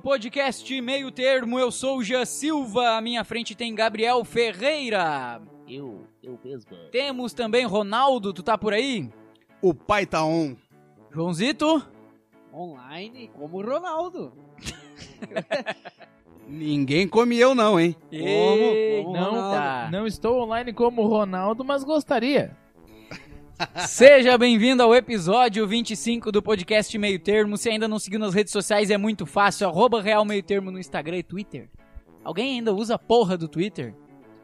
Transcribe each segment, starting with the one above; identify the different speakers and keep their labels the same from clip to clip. Speaker 1: podcast Meio Termo. Eu sou o Jean Silva, à minha frente tem Gabriel Ferreira.
Speaker 2: Eu, eu mesmo.
Speaker 1: Temos também Ronaldo, tu tá por aí?
Speaker 3: O pai tá on.
Speaker 1: Joãozito?
Speaker 2: Online como o Ronaldo.
Speaker 3: Ninguém come eu não, hein?
Speaker 1: Ei,
Speaker 2: como
Speaker 1: não
Speaker 2: Ronaldo?
Speaker 1: tá.
Speaker 4: Não estou online como o Ronaldo, mas gostaria.
Speaker 1: Seja bem-vindo ao episódio 25 do podcast Meio Termo. Se ainda não seguiu nas redes sociais, é muito fácil. Arroba Real Meio Termo no Instagram e Twitter. Alguém ainda usa a porra do Twitter?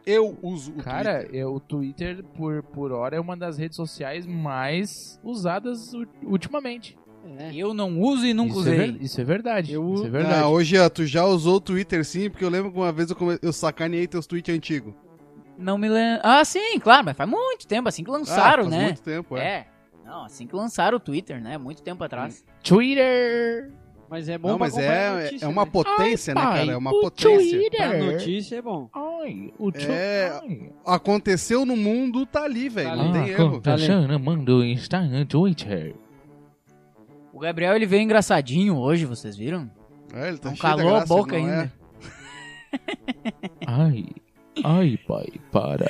Speaker 3: Eu uso o
Speaker 4: Cara, eu- o Twitter, por, por hora, é uma das redes sociais mais usadas u- ultimamente.
Speaker 2: É.
Speaker 1: Eu não uso e nunca
Speaker 4: isso É
Speaker 1: usei.
Speaker 4: ver- isso é verdade.
Speaker 2: Eu-
Speaker 4: Isso é
Speaker 3: Twitter.
Speaker 4: verdade.
Speaker 3: Ah, hoje ó, tu já usou o Twitter sim, porque eu lembro que uma vez eu, come... eu sacaneei teus tweets antigos.
Speaker 1: Não me lembro. Ah, sim, claro, mas faz muito tempo, assim que lançaram,
Speaker 3: ah, faz
Speaker 1: né?
Speaker 3: muito tempo, é.
Speaker 1: É. Não, assim que lançaram o Twitter, né? Muito tempo atrás.
Speaker 4: Twitter!
Speaker 2: Mas é bom
Speaker 3: Não,
Speaker 2: pra
Speaker 3: mas
Speaker 2: acompanhar a
Speaker 3: é,
Speaker 2: notícia,
Speaker 3: é uma
Speaker 2: né?
Speaker 3: potência, né,
Speaker 4: Ai,
Speaker 3: cara? É uma
Speaker 4: o
Speaker 3: potência.
Speaker 2: Pra
Speaker 4: Twitter!
Speaker 2: notícia é bom.
Speaker 4: Ai, o Twitter!
Speaker 3: É, Aconteceu no mundo, tá ali, velho.
Speaker 2: Tá
Speaker 3: Não
Speaker 2: ali.
Speaker 4: Ah,
Speaker 3: tem erro.
Speaker 2: Tá
Speaker 4: mando Instagram, Twitter.
Speaker 1: O Gabriel, ele veio engraçadinho hoje, vocês viram?
Speaker 3: É, ele tá
Speaker 1: Não
Speaker 3: cheio da
Speaker 1: calou a
Speaker 3: graça,
Speaker 1: boca
Speaker 3: não é?
Speaker 1: ainda.
Speaker 4: Ai, ai, pai, para.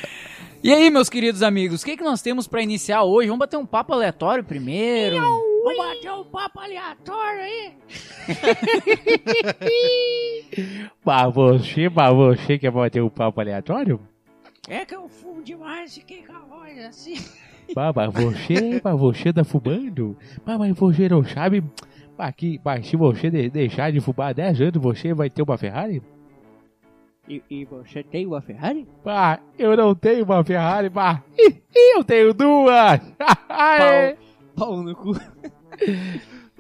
Speaker 1: E aí, meus queridos amigos, o que, que nós temos pra iniciar hoje? Vamos bater um papo aleatório primeiro? Vamos bater um papo aleatório aí?
Speaker 4: Pra você, pra você quer bater o papo aleatório?
Speaker 1: É que eu fumo demais, fiquei com a voz assim.
Speaker 4: Bah, mas você, mas você tá fumando? Bah, mas você não sabe? Bah, que, bah, se você de- deixar de fumar 10 anos, você vai ter uma Ferrari?
Speaker 2: E, e você tem uma Ferrari?
Speaker 4: Bah, eu não tenho uma Ferrari, bah, ih, ih, eu tenho duas! É. Ai,
Speaker 2: Pau no cu.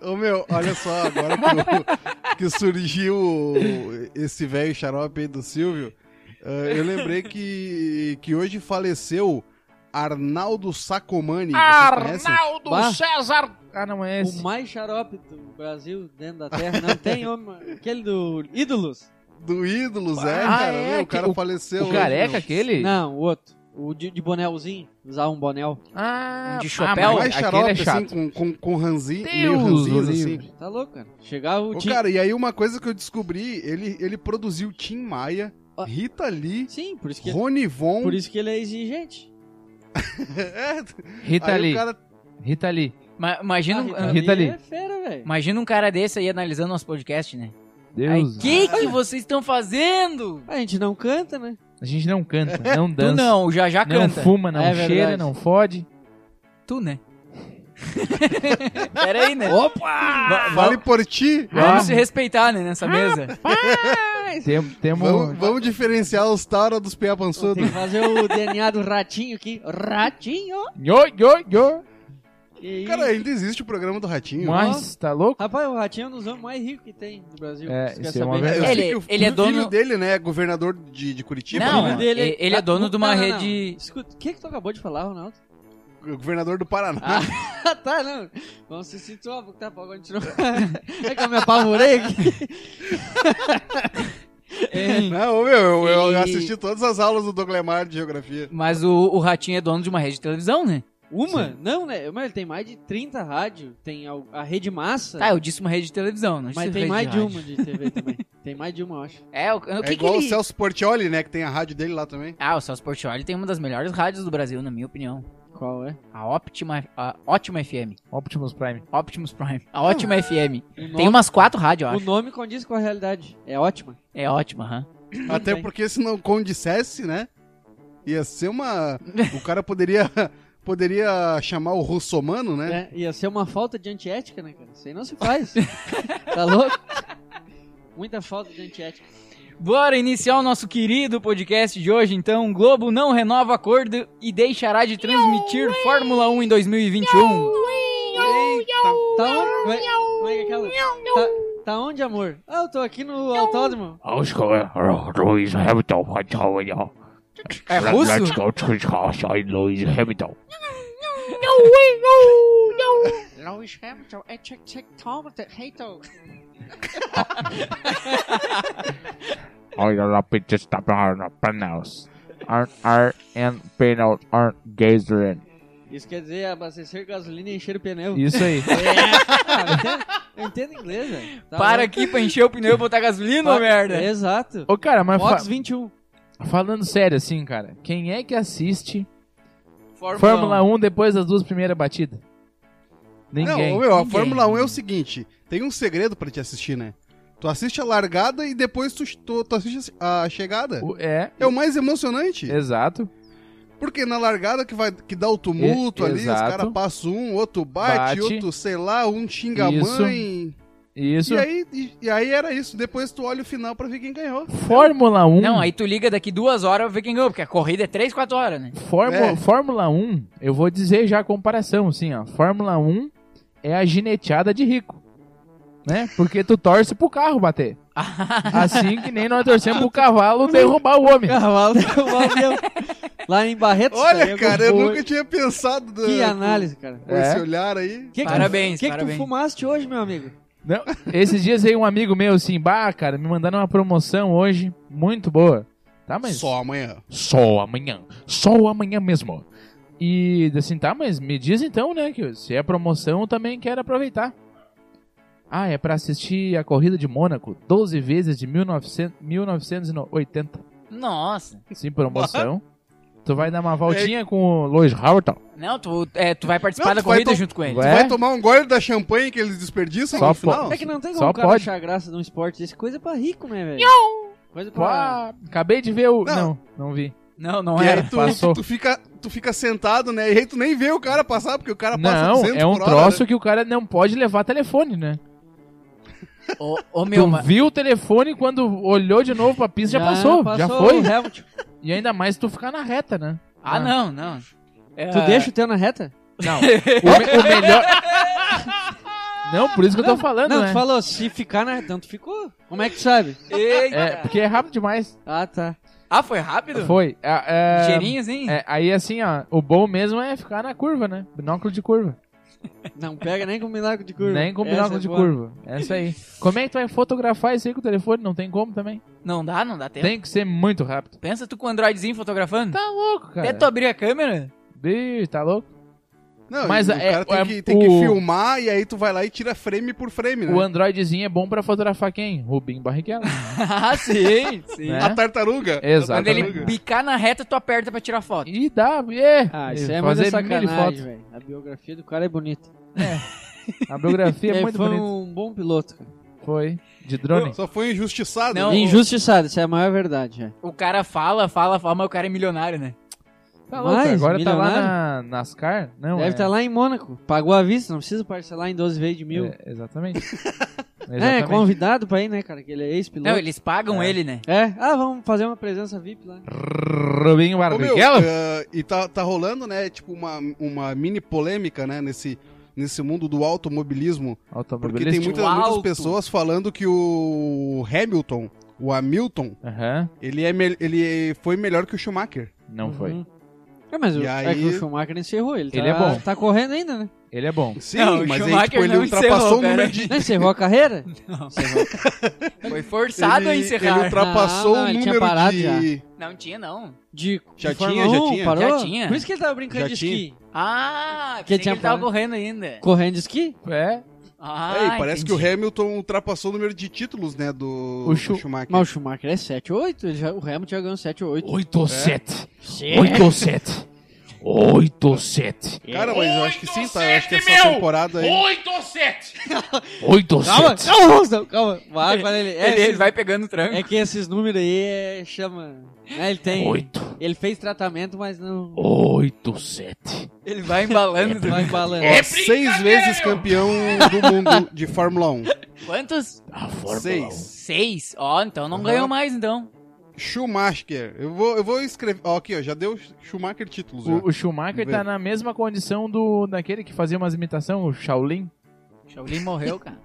Speaker 3: Ô meu, olha só, agora que, o- que surgiu o- esse velho xarope aí do Silvio, eh, eu lembrei que, que hoje faleceu Arnaldo Sacomani. Vocês conhecem?
Speaker 4: Arnaldo
Speaker 2: Bah.
Speaker 4: César! Ah, não é esse.
Speaker 2: O mais xarope do Brasil dentro da terra. Não tem homem. Aquele do Ídolos?
Speaker 3: Do Ídolos, é,
Speaker 4: Ah,
Speaker 3: cara.
Speaker 4: é,
Speaker 3: meu, o
Speaker 4: que-
Speaker 3: cara
Speaker 4: o-
Speaker 3: faleceu.
Speaker 4: O
Speaker 3: hoje,
Speaker 4: careca
Speaker 3: meu.
Speaker 4: aquele?
Speaker 2: Não, o outro. O de, de bonelzinho. Usava um bonel.
Speaker 4: Ah,
Speaker 1: De
Speaker 4: ah,
Speaker 1: chapéu?
Speaker 4: mas
Speaker 3: Mais xarope,
Speaker 4: aquele é
Speaker 3: assim,
Speaker 4: chato.
Speaker 3: com, com, com ranzinho, meio
Speaker 4: Deus
Speaker 3: ranzinho,
Speaker 4: do
Speaker 3: assim.
Speaker 4: livre.
Speaker 2: Tá louco, cara. Chegava o
Speaker 3: Ô,
Speaker 2: Tim.
Speaker 3: cara, e aí uma coisa que eu descobri, ele, ele produziu Tim Maia,
Speaker 2: Ó.
Speaker 3: Rita Lee,
Speaker 2: Sim, por isso que,
Speaker 3: Rony Von...
Speaker 2: por isso que ele é exigente.
Speaker 3: é,
Speaker 4: Rita
Speaker 3: aí
Speaker 4: Lee,
Speaker 3: o cara
Speaker 4: Rita Lee.
Speaker 1: imagina,
Speaker 2: Ah,
Speaker 1: um,
Speaker 4: Rita- Lee.
Speaker 2: É fera,
Speaker 4: tá.
Speaker 2: velho.
Speaker 1: imagina um cara desse aí analisando nosso podcast, né?
Speaker 4: Deus.
Speaker 1: O que, que vocês estão fazendo?
Speaker 2: A gente não canta, né?
Speaker 4: A gente não canta, não
Speaker 1: Tu
Speaker 4: dança,
Speaker 1: não, o Jajá
Speaker 4: não
Speaker 1: canta.
Speaker 4: fuma, não
Speaker 2: É
Speaker 4: cheira,
Speaker 2: verdade.
Speaker 4: não fode.
Speaker 1: Tu, né? Peraí, né? Opa!
Speaker 4: Ah,
Speaker 3: Vale Ah. por ti!
Speaker 1: Vamos se respeitar, né, nessa mesa.
Speaker 4: Tem- temos...
Speaker 3: Vamos, vamos diferenciar os Taura dos Pia Pançudo.
Speaker 2: Tem que fazer o DNA do ratinho aqui. Ratinho!
Speaker 4: Yo, yo, yo.
Speaker 2: Que
Speaker 3: Cara,
Speaker 2: isso?
Speaker 3: ainda existe o programa do Ratinho.
Speaker 4: Mas, tá louco?
Speaker 2: Rapaz, o ratinho é um dos homens mais ricos que tem no Brasil.
Speaker 4: É,
Speaker 2: Você quer
Speaker 4: isso é uma
Speaker 2: saber?
Speaker 3: É, eu
Speaker 4: verdade.
Speaker 3: sei
Speaker 1: Ele-
Speaker 3: que o
Speaker 1: ele é
Speaker 3: o filho
Speaker 1: dono-
Speaker 3: dele, né? É governador de, de Curitiba.
Speaker 1: Não,
Speaker 3: né?
Speaker 1: ele- ele é dono de uma
Speaker 2: Não, não, não.
Speaker 1: rede-
Speaker 2: Escuta, o que, que tu acabou de falar, Ronaldo?
Speaker 1: é-
Speaker 3: Governador do Paraná.
Speaker 2: Ah, tá, não. Vamos se situar, porque tá pagando tirou. é que eu me apavorei aqui.
Speaker 3: Não, meu, eu, eu
Speaker 1: E-
Speaker 3: assisti todas as aulas do Doglemar de geografia.
Speaker 1: Mas o, o Ratinho é dono de uma rede de televisão, né?
Speaker 2: Uma? Não, né? Mas ele tem mais de 30 rádios, tem a, a rede massa.
Speaker 1: Tá, eu disse uma rede de televisão, não disse
Speaker 2: mas tem
Speaker 1: rede
Speaker 2: mais de
Speaker 1: rádio.
Speaker 2: uma de TV também. Tem mais de uma, eu acho.
Speaker 1: É, o, o que
Speaker 3: é igual
Speaker 1: que
Speaker 3: o
Speaker 1: ele...
Speaker 3: Celso Portioli, né? Que tem a rádio dele lá também.
Speaker 1: Ah, o Celso Portioli tem uma das melhores rádios do Brasil, na minha opinião.
Speaker 2: Qual é?
Speaker 1: A Optima, a Ótima FM.
Speaker 4: Optimus Prime.
Speaker 1: Optimus Prime. A
Speaker 3: Ah.
Speaker 1: Ótima FM.
Speaker 2: O nome,
Speaker 1: Tem umas quatro rádios, eu
Speaker 2: o
Speaker 1: acho.
Speaker 2: nome condiz com a realidade. É ótima.
Speaker 1: É ótima, aham.
Speaker 3: Até
Speaker 2: bem.
Speaker 3: porque se não condissesse, né? Ia ser uma. O cara poderia. Poderia chamar o russomano, né?
Speaker 2: É, ia ser uma falta de antiética, né, cara? Isso aí não se faz. tá louco? Muita falta de antiética.
Speaker 1: Bora iniciar o nosso querido podcast de hoje, então. Globo não renova acordo e deixará de transmitir Fórmula 1 em 2021.
Speaker 3: Eita.
Speaker 2: Tá onde? Como é, como é que é aquela? Tá, tá onde, amor? Ah, eu tô aqui no autódromo.
Speaker 4: É
Speaker 5: Oscar Lewis Hamilton went over you.
Speaker 1: É
Speaker 5: Let's
Speaker 1: russo?
Speaker 5: go to his house, I Lewis Hamilton.
Speaker 2: Lewis Hamilton é check check tomate Hamilton.
Speaker 5: I don't know, it just stop on the panels. Aren't are and panels aren't gazing.
Speaker 2: Isso quer dizer abastecer gasolina e encher o pneu.
Speaker 4: Isso aí.
Speaker 2: É. Eu entendo inglês, velho. Tá
Speaker 1: Para
Speaker 2: louco.
Speaker 1: aqui pra encher o pneu e botar gasolina, ô
Speaker 2: Fox-
Speaker 1: merda.
Speaker 2: Exato.
Speaker 4: Ô, cara, mas fa-
Speaker 2: Fox 21.
Speaker 4: falando sério assim, cara, quem é que assiste
Speaker 2: Fórmula,
Speaker 4: Fórmula 1 depois das duas primeiras batidas? Ninguém.
Speaker 3: um. Não, meu, a
Speaker 1: Ninguém.
Speaker 3: Fórmula 1 é o seguinte: tem um segredo pra te assistir, né? Tu assiste a largada e depois tu, tu, tu assiste a chegada.
Speaker 4: O- É,
Speaker 3: É o mais emocionante.
Speaker 4: exato.
Speaker 3: Porque na largada que, vai, que dá o tumulto
Speaker 4: E-
Speaker 3: ali, os
Speaker 4: É, exato.
Speaker 3: caras passam um, outro bate,
Speaker 4: Bate.
Speaker 3: outro, sei lá, um xinga
Speaker 4: Isso.
Speaker 3: a mãe.
Speaker 4: Isso.
Speaker 3: E, aí, e, e aí era isso. Depois tu olha o final pra ver quem ganhou.
Speaker 4: Fórmula 1.
Speaker 1: Não, aí tu liga daqui duas horas pra ver quem ganhou, porque a corrida é três, quatro horas, né?
Speaker 4: Fórmula,
Speaker 3: É.
Speaker 4: Fórmula 1, eu vou dizer já a comparação, assim, ó. Fórmula 1 é a gineteada de rico. Né? Porque tu torce pro carro bater. Assim que nem nós torcemos pro cavalo derrubar o
Speaker 3: É.
Speaker 4: homem.
Speaker 2: Cavalo derrubar o avião. um. Lá em
Speaker 4: é
Speaker 2: Barretos.
Speaker 3: Olha,
Speaker 2: saiu
Speaker 3: cara,
Speaker 2: com
Speaker 3: eu
Speaker 2: boa-
Speaker 3: nunca tinha pensado do,
Speaker 2: Que análise, cara.
Speaker 3: com esse
Speaker 4: É.
Speaker 3: olhar aí.
Speaker 2: Que que tu-
Speaker 1: Parabéns,
Speaker 2: que que
Speaker 1: parabéns.
Speaker 2: tu fumaste hoje, meu amigo?
Speaker 4: Não, esses dias veio um amigo meu assim, bah, cara, me mandaram uma promoção hoje, muito boa. Tá, mas.
Speaker 3: Só amanhã.
Speaker 4: Só amanhã. Só amanhã mesmo. E assim, tá, mas me diz então, né, que se é promoção eu também quero aproveitar. Ah, é pra assistir a corrida de Mônaco, 12 vezes de 1900, 1980.
Speaker 1: Nossa.
Speaker 4: Sim, promoção. tu vai dar uma
Speaker 3: É.
Speaker 4: voltinha com o Lois Hamilton.
Speaker 1: Não, tu, é, tu vai participar
Speaker 3: Não,
Speaker 1: da
Speaker 3: tu vai
Speaker 1: corrida
Speaker 3: to-
Speaker 1: junto com ele.
Speaker 3: Tu
Speaker 4: É?
Speaker 3: vai tomar um gole da champanhe que eles desperdiçam
Speaker 4: Só
Speaker 3: no
Speaker 4: po-
Speaker 3: final?
Speaker 2: É que não tem
Speaker 4: Só
Speaker 2: como o cara
Speaker 4: pode.
Speaker 2: achar graça num esporte desse. Coisa pra rico, né, velho? Coisa
Speaker 4: Pô,
Speaker 2: pra...
Speaker 4: ah, acabei de ver o.
Speaker 3: Não.
Speaker 4: Não, não, vi.
Speaker 1: Não, não
Speaker 3: E
Speaker 1: é.
Speaker 3: aí tu,
Speaker 4: passou.
Speaker 3: tu fica, tu fica sentado, né? E aí tu nem vê o cara passar, porque o cara passa
Speaker 4: Não,
Speaker 3: 200
Speaker 4: é um
Speaker 3: Tá por hora, né?
Speaker 4: troço que o cara não pode levar telefone, né?
Speaker 1: Ô, ô, meu,
Speaker 4: tu
Speaker 1: ma-
Speaker 4: viu o telefone quando olhou de novo pra pista, já, passou, já
Speaker 2: o
Speaker 4: foi.
Speaker 2: Hamilton.
Speaker 4: E ainda mais tu ficar na reta, né?
Speaker 1: Ah, não, não. É,
Speaker 2: Tu deixa o teu na reta?
Speaker 4: Não. O, me- o melhor. Não, por isso que eu tô falando,
Speaker 2: Não,
Speaker 4: né?
Speaker 2: tu falou, se ficar na reta, então tu ficou. Como é que tu sabe?
Speaker 1: Eita.
Speaker 4: É, porque é rápido demais.
Speaker 2: Ah, tá.
Speaker 1: Ah, foi rápido?
Speaker 4: Foi. É, é,
Speaker 1: Ligeirinho, assim?
Speaker 4: é, aí assim, ó, o bom mesmo é ficar na curva, né? Binóculo de curva.
Speaker 2: Não pega nem com milagre de curva.
Speaker 4: Nem com
Speaker 2: Essa
Speaker 4: binóculo
Speaker 2: é
Speaker 4: de
Speaker 2: boa.
Speaker 4: curva. Essa aí. Como é que tu vai fotografar isso aí com o telefone? Não tem como também.
Speaker 1: Não dá, não dá tempo.
Speaker 4: Tem que ser muito rápido.
Speaker 1: Pensa tu com o Androidzinho fotografando?
Speaker 4: Tá louco, cara.
Speaker 1: Até tu abrir a câmera?
Speaker 4: Ih, tá louco?
Speaker 3: Não,
Speaker 4: Mas
Speaker 3: Mas o
Speaker 4: é-
Speaker 3: cara tem,
Speaker 4: é-
Speaker 3: que, tem
Speaker 4: o-
Speaker 3: que filmar e aí tu vai lá e tira frame por frame, né?
Speaker 4: O Androidzinho é bom pra fotografar quem? Rubinho Barrichello.
Speaker 1: ah, sim, sim.
Speaker 2: tá
Speaker 4: Né?
Speaker 3: A tartaruga.
Speaker 1: Quando
Speaker 4: Exatamente.
Speaker 3: Tá
Speaker 1: ele picar na reta, tu aperta pra tirar foto.
Speaker 4: E dá, é.
Speaker 2: Ah, isso é mais
Speaker 4: fazer
Speaker 2: é
Speaker 4: mil
Speaker 2: sacanagem,
Speaker 4: fotos.
Speaker 2: velho. A biografia do cara é bonita.
Speaker 4: A biografia é
Speaker 2: Ele
Speaker 4: muito
Speaker 2: foi
Speaker 4: bonita.
Speaker 2: um bom piloto, cara.
Speaker 4: Foi. De drone.
Speaker 3: Só foi injustiçado.
Speaker 1: Não,
Speaker 3: né?
Speaker 2: Injustiçado, isso é a maior verdade, velho.
Speaker 1: O cara fala, fala, fala, mas o cara é milionário, né?
Speaker 4: Tá louco,
Speaker 2: Mas,
Speaker 4: agora tá lá
Speaker 2: milionário?
Speaker 4: na NASCAR? Não,
Speaker 2: Deve
Speaker 4: é,
Speaker 2: estar lá em Mônaco. Pagou à vista, não precisa parcelar em 12 vezes de mil. É,
Speaker 4: é, exatamente.
Speaker 2: é
Speaker 4: exatamente.
Speaker 2: convidado pra ir, né, cara? Que ele é ex-piloto.
Speaker 1: Não, eles pagam ele, né?
Speaker 2: É, ah, vamos fazer uma presença VIP lá.
Speaker 4: Rubinho
Speaker 3: Ô, meu,
Speaker 4: Barrichello?
Speaker 3: eh, e tá, tá rolando, né, tipo, uma, uma mini polêmica, né, nesse, nesse mundo do automobilismo. Porque tem
Speaker 4: Automobilístico.
Speaker 3: muita-
Speaker 1: Alto.
Speaker 3: muitas pessoas falando que o Hamilton, o Hamilton,
Speaker 4: Aham,
Speaker 3: ele, é me- ele foi melhor que o Schumacher.
Speaker 4: não foi.
Speaker 2: Uhum. É, mas o,
Speaker 3: E
Speaker 2: é
Speaker 3: aí-
Speaker 2: que o Schumacher nem se errou. Ele,
Speaker 4: Ele
Speaker 2: tá,
Speaker 4: é bom.
Speaker 2: tá correndo ainda, né?
Speaker 4: Ele é bom.
Speaker 3: Sim,
Speaker 1: Não, o
Speaker 3: mas aí,
Speaker 1: Schumacher
Speaker 3: tipo, ele
Speaker 1: não encerrou,
Speaker 3: ultrapassou o número
Speaker 1: peraí.
Speaker 3: de...
Speaker 2: Não encerrou a carreira? Não. Encerrou.
Speaker 1: Foi forçado a
Speaker 3: ele, ele
Speaker 1: encerrar.
Speaker 3: ultrapassou
Speaker 2: Não, não,
Speaker 3: o
Speaker 2: ele tinha
Speaker 3: número
Speaker 2: parado
Speaker 3: de...
Speaker 2: já.
Speaker 1: Não tinha, não.
Speaker 2: De,
Speaker 3: Já
Speaker 2: de Fórmula
Speaker 3: tinha, já
Speaker 2: 1,
Speaker 3: tinha.
Speaker 2: Parou?
Speaker 1: Já tinha.
Speaker 2: Por isso que ele tava brincando
Speaker 3: Já
Speaker 2: de
Speaker 3: tinha.
Speaker 2: esqui.
Speaker 1: Ah,
Speaker 2: Que
Speaker 1: pensei que
Speaker 2: tinha
Speaker 1: ele tava
Speaker 2: falado.
Speaker 1: correndo ainda.
Speaker 2: Correndo de esqui?
Speaker 4: É,
Speaker 1: Ah,
Speaker 3: Ei, parece que
Speaker 1: entendi.
Speaker 3: o Hamilton ultrapassou o número de títulos, né, do,
Speaker 4: O Schu-
Speaker 3: do Schumacher.
Speaker 2: Mas o Schumacher é 7 8. Ele já, o Hamilton já ganhou 7 8.
Speaker 4: 8 ou 7. 8 ou 7. 8 ou 7.
Speaker 3: Cara, mas eu acho que sim, tá? Eu acho que essa
Speaker 5: meu!
Speaker 3: temporada aí...
Speaker 5: 8 ou 7?
Speaker 4: 8 ou
Speaker 2: Calma,
Speaker 4: 7.
Speaker 2: calma, Rostão, calma. Vai, vai, ele, é,
Speaker 1: Ele, ele
Speaker 2: esses-
Speaker 1: vai pegando o tranco.
Speaker 2: é que esses números aí é, chama. né, ele tem.
Speaker 4: 8.
Speaker 2: Ele fez tratamento, mas não.
Speaker 4: 8 ou 7.
Speaker 1: Ele vai embalando. o
Speaker 2: Vai
Speaker 1: tranco.
Speaker 2: embalando.
Speaker 3: Ó, é seis vezes campeão do mundo de Fórmula 1.
Speaker 1: Quantos?
Speaker 4: A Fórmula
Speaker 3: Seis.
Speaker 1: Seis. Ó, então não
Speaker 3: Uhum.
Speaker 1: ganhou mais, então.
Speaker 3: Schumacher. Eu vou, eu vou escrever. Ó, aqui, ó. Já deu Schumacher títulos. já.
Speaker 4: O, o Schumacher
Speaker 3: Vê.
Speaker 4: tá na mesma condição do daquele que fazia umas imitações, o Shaolin.
Speaker 1: Shaolin morreu, cara.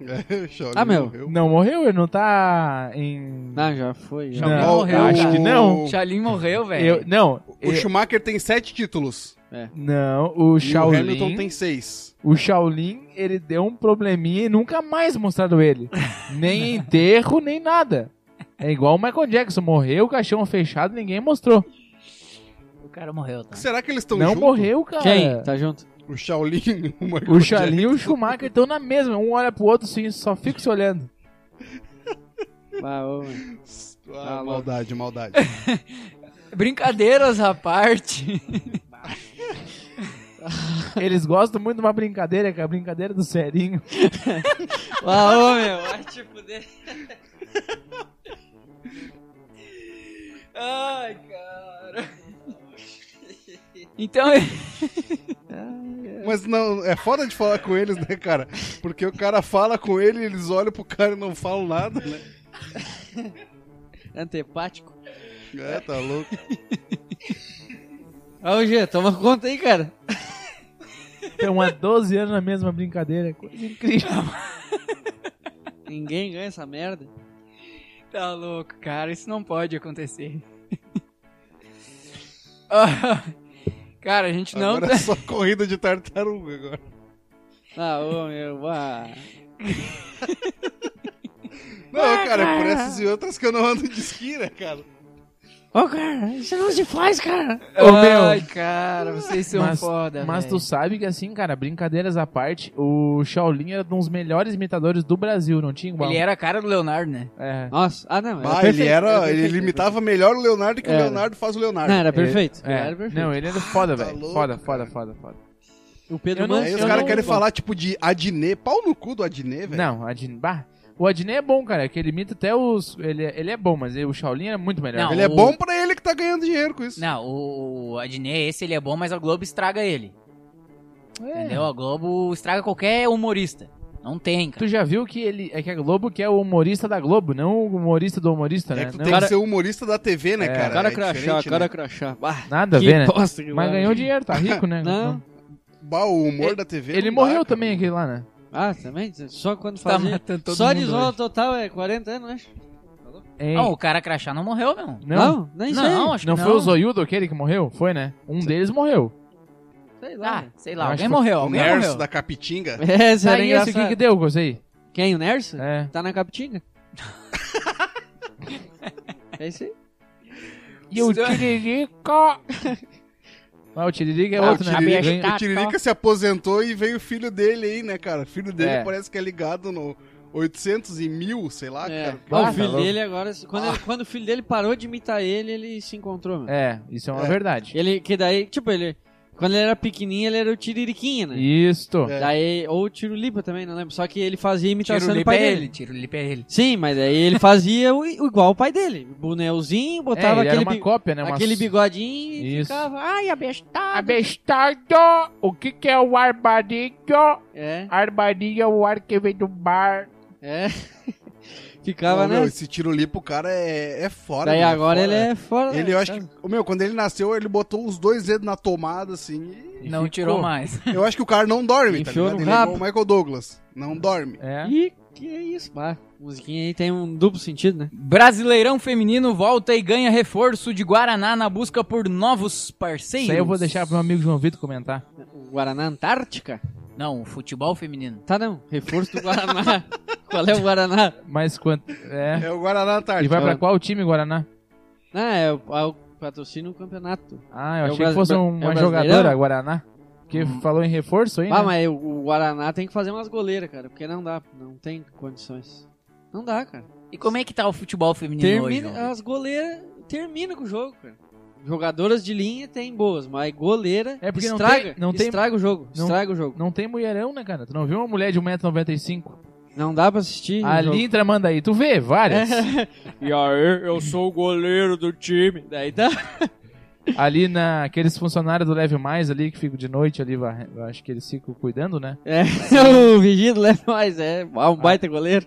Speaker 3: É, Shaolin
Speaker 2: Ah, meu.
Speaker 3: morreu.
Speaker 4: Não morreu, ele não tá em.
Speaker 2: Não, já foi. Já.
Speaker 1: Não,
Speaker 4: Não,
Speaker 1: morreu.
Speaker 4: acho que não.
Speaker 1: O Shaolin morreu, velho.
Speaker 4: Eu, não,
Speaker 3: O
Speaker 4: eu-
Speaker 3: Schumacher tem sete títulos.
Speaker 4: não, o
Speaker 3: E o
Speaker 4: Shaolin.
Speaker 3: Hamilton tem seis.
Speaker 4: O Shaolin, ele deu um probleminha e nunca mais mostraram ele. nem enterro, nem nada. É igual o Michael Jackson. Morreu, caixão fechado, ninguém mostrou.
Speaker 1: O cara morreu, tá?
Speaker 3: Será que eles estão
Speaker 4: Não
Speaker 3: juntos?
Speaker 4: morreu, cara.
Speaker 2: Quem? Tá junto.
Speaker 3: O Shaolin, o Michael
Speaker 4: O Charlie e
Speaker 3: Jackson.
Speaker 4: o Schumacher estão na mesma. Um olha pro outro sim, só fica se olhando.
Speaker 2: Bah, ô, mano.
Speaker 3: Ah,
Speaker 2: Ah,
Speaker 3: maldade, maldade.
Speaker 1: Brincadeiras à parte.
Speaker 4: Eles gostam muito de uma brincadeira, que é a brincadeira do serinho.
Speaker 2: Ah, ô, meu, vai te fuder.
Speaker 1: Ai, cara. Então,
Speaker 3: Mas não, é foda de falar com eles, né, cara? Porque o cara fala com ele, eles olham pro cara e não falam nada, né?
Speaker 2: Antepático.
Speaker 3: É, tá louco.
Speaker 2: Ó, o G, toma conta aí, cara.
Speaker 4: Estão Então, há 12 anos na mesma brincadeira. Coisa incrível.
Speaker 2: Ninguém ganha essa merda.
Speaker 1: tá louco, cara. Isso não pode acontecer. Ah, cara, a gente não. tá-
Speaker 3: Agora é só corrida de tartaruga agora.
Speaker 2: Ah, ô, meu, bah.
Speaker 3: Não, cara, é por essas e outras que eu não ando de esqui, né, cara?
Speaker 2: Ô, cara, isso não se faz, cara.
Speaker 4: Ô, meu.
Speaker 1: Ai, cara, vocês são
Speaker 4: Mas-
Speaker 1: foda.
Speaker 4: Mas
Speaker 1: velho.
Speaker 4: tu sabe que assim, cara, brincadeiras à parte, o Shaolin era um dos melhores imitadores do Brasil, não tinha igual?
Speaker 1: Ele é era a cara do Leonardo, né?
Speaker 4: É.
Speaker 2: Nossa, ah, não.
Speaker 3: Ah,
Speaker 2: perfeito,
Speaker 3: ele era.
Speaker 2: perfeito,
Speaker 3: Ele
Speaker 2: perfeito.
Speaker 3: limitava melhor o Leonardo que o
Speaker 2: Era.
Speaker 3: Leonardo faz o Leonardo.
Speaker 2: Não, era perfeito.
Speaker 4: É.
Speaker 2: Era Tá perfeito.
Speaker 4: Não, ele era foda,
Speaker 3: Tá
Speaker 4: velho.
Speaker 3: louco,
Speaker 4: foda,
Speaker 3: cara.
Speaker 4: foda, foda, foda.
Speaker 2: O Pedro
Speaker 4: Eu não-
Speaker 2: Manso.
Speaker 3: Aí os
Speaker 4: eu
Speaker 3: caras
Speaker 4: não-
Speaker 3: querem falar, tipo, de Adnê. Pau no cu do Adnê, velho.
Speaker 4: Não, Adin... bah. o Adnei é bom, cara, que ele imita até os... Ele, é- ele é bom, mas o Shaolin era muito melhor.
Speaker 1: Não,
Speaker 3: Ele é
Speaker 1: o-
Speaker 3: bom pra ele que tá ganhando dinheiro com isso.
Speaker 1: Não, o, o Adnet, esse ele é bom, mas a Globo estraga ele.
Speaker 4: É.
Speaker 1: Entendeu? A Globo estraga qualquer humorista. Não tem, cara.
Speaker 4: Tu já viu que ele é que a Globo que é o humorista da Globo, não o humorista do humorista,
Speaker 3: É
Speaker 4: né?
Speaker 3: que tu
Speaker 4: Não-
Speaker 3: tem
Speaker 2: Cara-
Speaker 3: que ser humorista da TV, né,
Speaker 4: É,
Speaker 3: cara?
Speaker 2: Cara
Speaker 3: é
Speaker 2: crachá,
Speaker 3: diferente,
Speaker 2: cara
Speaker 3: né?
Speaker 2: crachá. Bah,
Speaker 4: Nada a
Speaker 2: que
Speaker 4: ver, né?
Speaker 2: bosta que
Speaker 4: Mas
Speaker 2: vai.
Speaker 4: ganhou dinheiro, tá rico, né?
Speaker 2: Não.
Speaker 3: Bah, o humor
Speaker 4: Ele-
Speaker 3: da é TV.
Speaker 4: Ele
Speaker 3: não dá,
Speaker 4: morreu
Speaker 3: cara.
Speaker 4: também aquele lá, né?
Speaker 2: Ah, também? Só quando
Speaker 1: Tá
Speaker 2: fazia.
Speaker 1: matando todo
Speaker 2: Só de
Speaker 1: mundo.
Speaker 2: isola
Speaker 1: hoje.
Speaker 2: total é 40 anos, acho.
Speaker 4: Hein?
Speaker 1: Não, o cara crachá não morreu, não.
Speaker 4: não, Ah.
Speaker 2: nem sei.
Speaker 1: Não, acho que
Speaker 4: não foi o Zoiudo aquele que morreu? Foi, né? Um deles morreu.
Speaker 2: Sei
Speaker 1: Ah,
Speaker 2: lá.
Speaker 1: sei lá,
Speaker 4: Eu
Speaker 1: alguém
Speaker 4: acho que
Speaker 1: morreu,
Speaker 3: O
Speaker 1: alguém
Speaker 3: Nerso
Speaker 1: morreu.
Speaker 3: da Capitinga.
Speaker 2: É, esse
Speaker 4: Tá,
Speaker 2: era
Speaker 4: e esse, o que
Speaker 2: engraçado.
Speaker 4: que deu com isso aí?
Speaker 2: Quem, o Nerso?
Speaker 4: É.
Speaker 2: Tá na Capitinga? é isso aí.
Speaker 4: E o Tiririca... Ah, o Tiririca é
Speaker 2: Ah, o
Speaker 4: outro, né?
Speaker 2: Tiririca-
Speaker 4: Ganha-
Speaker 3: O
Speaker 2: tá.
Speaker 3: Tiririca se aposentou e veio o filho dele aí, né, cara? O filho dele
Speaker 4: É.
Speaker 3: parece que é ligado no 800 e mil, sei lá,
Speaker 2: É.
Speaker 3: cara.
Speaker 4: Ah,
Speaker 2: o
Speaker 4: tá
Speaker 2: filho
Speaker 4: louco.
Speaker 2: dele agora. Quando, ele- quando o filho dele parou de imitar ele, ele se encontrou, mano.
Speaker 4: É, isso é uma
Speaker 3: É.
Speaker 4: verdade.
Speaker 2: Ele, que daí, tipo, ele. Quando ele era pequenininho, ele era o Tiririquinha, né?
Speaker 4: Isto.
Speaker 3: É.
Speaker 2: Daí, ou o Tirulipa também, não lembro. Só que ele fazia imitação
Speaker 1: Tiro
Speaker 2: do
Speaker 1: lipa
Speaker 2: pai
Speaker 1: é
Speaker 2: dele.
Speaker 1: ele, tiro lipa é ele.
Speaker 2: Sim, mas aí ele fazia o, o igual o pai dele. Bonelzinho,
Speaker 4: É,
Speaker 2: botava
Speaker 4: ele era
Speaker 2: aquele,
Speaker 4: uma
Speaker 2: bi-
Speaker 4: cópia, né? Uma...
Speaker 2: aquele bigodinho e
Speaker 4: Isso.
Speaker 2: ficava. Ai, abestado.
Speaker 4: Abestado! O que que é o arbarinho?
Speaker 2: É,
Speaker 4: Arbarinho é o ar que vem do bar.
Speaker 2: é. ficava,
Speaker 3: Não, meu,
Speaker 2: né?
Speaker 3: esse Tirolipa, o cara é, é fora.
Speaker 2: Daí
Speaker 3: meu,
Speaker 2: agora
Speaker 3: fora.
Speaker 2: ele é fora.
Speaker 3: Ele,
Speaker 2: né,
Speaker 3: eu acho que, ô, meu, quando ele nasceu, ele botou os dois dedos na tomada, assim.
Speaker 4: E
Speaker 1: Não
Speaker 4: ficou.
Speaker 1: tirou mais.
Speaker 3: e eu acho que o cara não dorme, tá
Speaker 2: Enfiou
Speaker 3: ligado?
Speaker 2: no
Speaker 3: Ele é igual
Speaker 2: rabo.
Speaker 3: o Michael Douglas. Não dorme.
Speaker 4: É.
Speaker 2: Ih, que isso, pá. Musiquinha aí tem um duplo sentido, né?
Speaker 1: Brasileirão feminino volta e ganha reforço de Guaraná na busca por novos parceiros.
Speaker 4: Isso aí eu vou deixar pro meu amigo João Vitor comentar.
Speaker 2: O Guaraná Antártica?
Speaker 1: Não, futebol feminino.
Speaker 2: Tá não, reforço do Guaraná. Qual é o Guaraná?
Speaker 4: Mas quanto. É.
Speaker 3: É o Guaraná à tarde.
Speaker 4: E vai
Speaker 2: Ah.
Speaker 4: pra qual time, Guaraná?
Speaker 2: Não, é o, é o patrocínio do campeonato.
Speaker 4: Ah, eu
Speaker 2: É o
Speaker 4: achei que
Speaker 2: Bras-
Speaker 4: fosse
Speaker 2: Bra- é
Speaker 4: uma
Speaker 2: o
Speaker 4: jogadora,
Speaker 2: Brasileirão?
Speaker 4: Guaraná. Que falou em reforço aí,
Speaker 2: Ah,
Speaker 4: né?
Speaker 2: mas o- o Guaraná tem que fazer umas goleiras, cara, porque não dá, não tem condições. Não dá, cara.
Speaker 1: E como é que tá o futebol feminino hoje?
Speaker 2: Termina,
Speaker 1: João?
Speaker 2: as goleiras termina com o jogo, cara. Jogadoras de linha tem boas, mas goleira
Speaker 4: É porque não
Speaker 2: estraga,
Speaker 4: tem- não tem-
Speaker 2: estraga o jogo,
Speaker 4: não-
Speaker 2: estraga o jogo.
Speaker 4: Não tem mulherão, né, cara? Tu não viu uma mulher de 1,95m?
Speaker 2: Não dá pra assistir. o
Speaker 4: A
Speaker 2: jogo.
Speaker 4: Lintra manda aí. Tu vê? Várias.
Speaker 2: E aí, eu sou o goleiro do time. Daí tá.
Speaker 4: ali na aqueles funcionários do Leve Mais ali que ficam de noite ali, varre- eu acho que eles ficam cuidando, né?
Speaker 2: É, o Vigito leva mais, é. Ah, Um baita goleiro.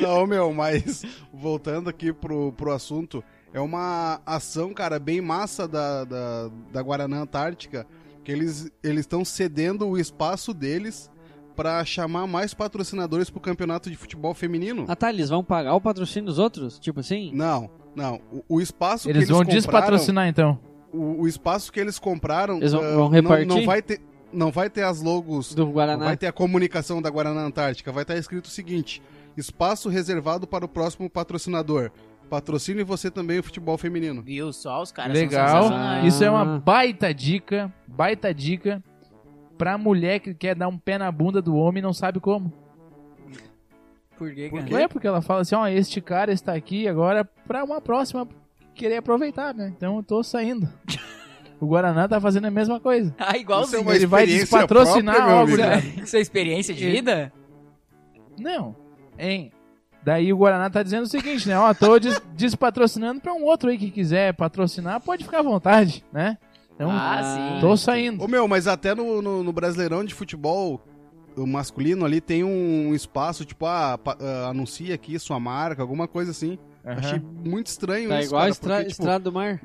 Speaker 3: Não, meu, mas voltando aqui pro, pro assunto, é uma ação, cara, bem massa da, da, da Guaraná Antártica, que eles eles estão cedendo o espaço deles pra chamar mais patrocinadores pro campeonato de futebol feminino.
Speaker 2: Ah tá, eles vão pagar o patrocínio dos outros? Tipo assim?
Speaker 3: Não, não. O, o espaço
Speaker 4: Eles,
Speaker 3: que
Speaker 4: vão
Speaker 3: eles compraram,
Speaker 4: despatrocinar então.
Speaker 3: o, o espaço que eles compraram
Speaker 2: Eles vão-
Speaker 3: ah,
Speaker 2: vão
Speaker 3: não-
Speaker 2: repartir?
Speaker 3: Não, vai ter não vai ter as logos
Speaker 2: Do
Speaker 3: Não
Speaker 2: Guaraná.
Speaker 3: vai ter a comunicação da Guaraná Antártica, vai estar escrito o seguinte: espaço reservado para o próximo patrocinador. Patrocine você também o futebol feminino.
Speaker 1: Viu só? Os caras são
Speaker 4: Ah. Legal.
Speaker 1: sensacionais.
Speaker 4: Isso é uma baita dica, baita dica pra mulher que quer dar um pé na bunda do homem e não sabe como.
Speaker 1: Por quê,
Speaker 4: Não
Speaker 1: cara?
Speaker 4: é porque ela fala assim, ó, este cara está aqui agora pra uma próxima querer aproveitar, né? Então eu tô saindo. O Guaraná tá fazendo a mesma coisa.
Speaker 1: Ah,
Speaker 3: Isso é
Speaker 1: igualzinho.
Speaker 3: uma
Speaker 4: Ele vai
Speaker 3: experiência
Speaker 4: despatrocinar
Speaker 3: própria, meu
Speaker 4: algo,
Speaker 3: amigo.
Speaker 4: né?
Speaker 1: Isso é experiência de vida?
Speaker 4: Não, hein? Daí o Guaraná tá dizendo o seguinte, né? Ó, tô des- despatrocinando pra um outro aí que quiser patrocinar, pode ficar à vontade, né? Então,
Speaker 1: ah, sim.
Speaker 4: tô saindo.
Speaker 3: Ô meu, mas até no, no- no Brasileirão de futebol o masculino ali tem um espaço, tipo, ah, pa- ah, anuncia aqui sua marca, alguma coisa assim.
Speaker 4: Aham.
Speaker 3: Achei muito estranho
Speaker 2: Tá
Speaker 3: isso,
Speaker 2: igual a
Speaker 3: cara,
Speaker 2: estra
Speaker 3: porque, tipo,
Speaker 2: Estrada do Mar.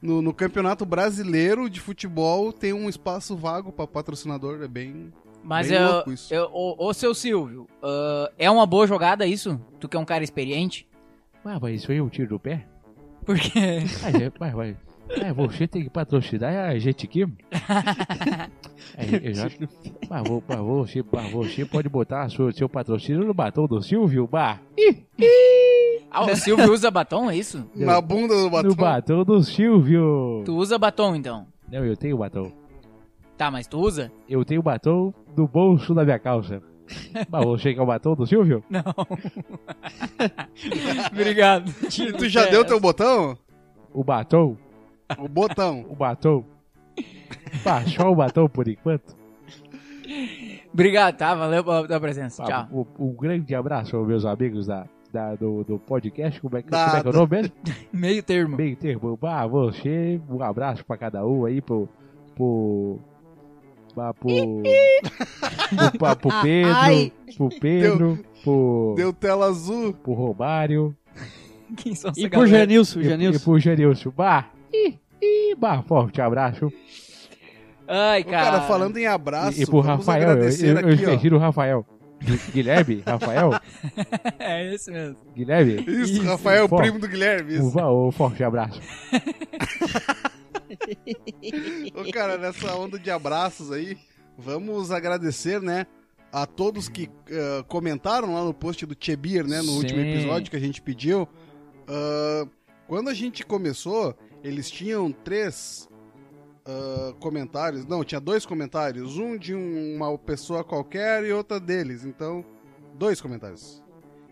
Speaker 3: no, no Campeonato Brasileiro de Futebol tem um espaço vago pra patrocinador, é bem...
Speaker 1: Mas
Speaker 3: Bem
Speaker 1: eu,
Speaker 3: louco isso.
Speaker 1: eu, ô, ô, seu Silvio, ah, é uma boa jogada isso? Tu que é um cara experiente?
Speaker 4: Ah, mas isso aí eu tiro do pé?
Speaker 1: Porque
Speaker 4: Mas, é, mas, mas, mas você tem que patrocinar a gente aqui. É, eu já, mas, vo- mas você, mas você pode botar seu, seu patrocínio no batom do Silvio, bah. Ih,
Speaker 1: ah, o Silvio usa batom, é isso?
Speaker 3: Na bunda do batom.
Speaker 4: No batom do Silvio.
Speaker 1: Tu usa batom, então.
Speaker 4: Não, eu tenho batom.
Speaker 1: Tá, mas tu usa?
Speaker 4: Eu tenho batom do bolso da minha calça. Mas você quer o batom do Silvio?
Speaker 1: Não. Obrigado.
Speaker 3: E tu já deu teu botão?
Speaker 4: O batom,
Speaker 3: O botão.
Speaker 4: o batom. Bah, só o batom por enquanto.
Speaker 1: Obrigado, tá? Valeu pela tua presença.
Speaker 4: Bah,
Speaker 1: Tchau.
Speaker 4: um, um grande abraço aos meus amigos da, da- do, do podcast. Como é que,
Speaker 3: Da-
Speaker 4: como é, que é o nome mesmo?
Speaker 1: Meio termo.
Speaker 4: Meio termo. Ah, você, um abraço pra cada um aí, pro. pro. pra- pro, pro, pra- pro Pedro, pro Pedro, pro,
Speaker 3: Deu tela azul.
Speaker 4: pro Romário
Speaker 1: Quem são
Speaker 2: E
Speaker 1: essa
Speaker 2: pro
Speaker 1: galera?
Speaker 2: Janilson,
Speaker 4: e, e
Speaker 2: Janilson.
Speaker 4: pro Genilson. Bah, ih, ih, bah, forte abraço.
Speaker 1: Ai,
Speaker 3: O
Speaker 1: cara.
Speaker 3: cara falando em abraço,
Speaker 4: E, e pro
Speaker 3: vamos
Speaker 4: Rafael, eu,
Speaker 3: agradecer
Speaker 4: eu, eu
Speaker 3: aqui, ó.
Speaker 4: esqueci do Rafael. Gui- Guilherme, Rafael,
Speaker 1: É esse mesmo.
Speaker 4: Guilherme,
Speaker 3: Isso,
Speaker 1: Isso,
Speaker 3: Rafael,
Speaker 4: pô.
Speaker 3: primo do Guilherme.
Speaker 4: um,
Speaker 3: Isso.
Speaker 4: va- um forte abraço.
Speaker 3: Ô, cara, nessa onda de abraços aí, vamos agradecer, né? A todos que eh, comentaram lá no post do Chebir, né? No
Speaker 4: Sim.
Speaker 3: último episódio que a gente pediu. Ah, quando a gente começou, eles tinham três ah, comentários. Não, tinha dois comentários. Um de um- uma pessoa qualquer e outra deles. Então, dois comentários.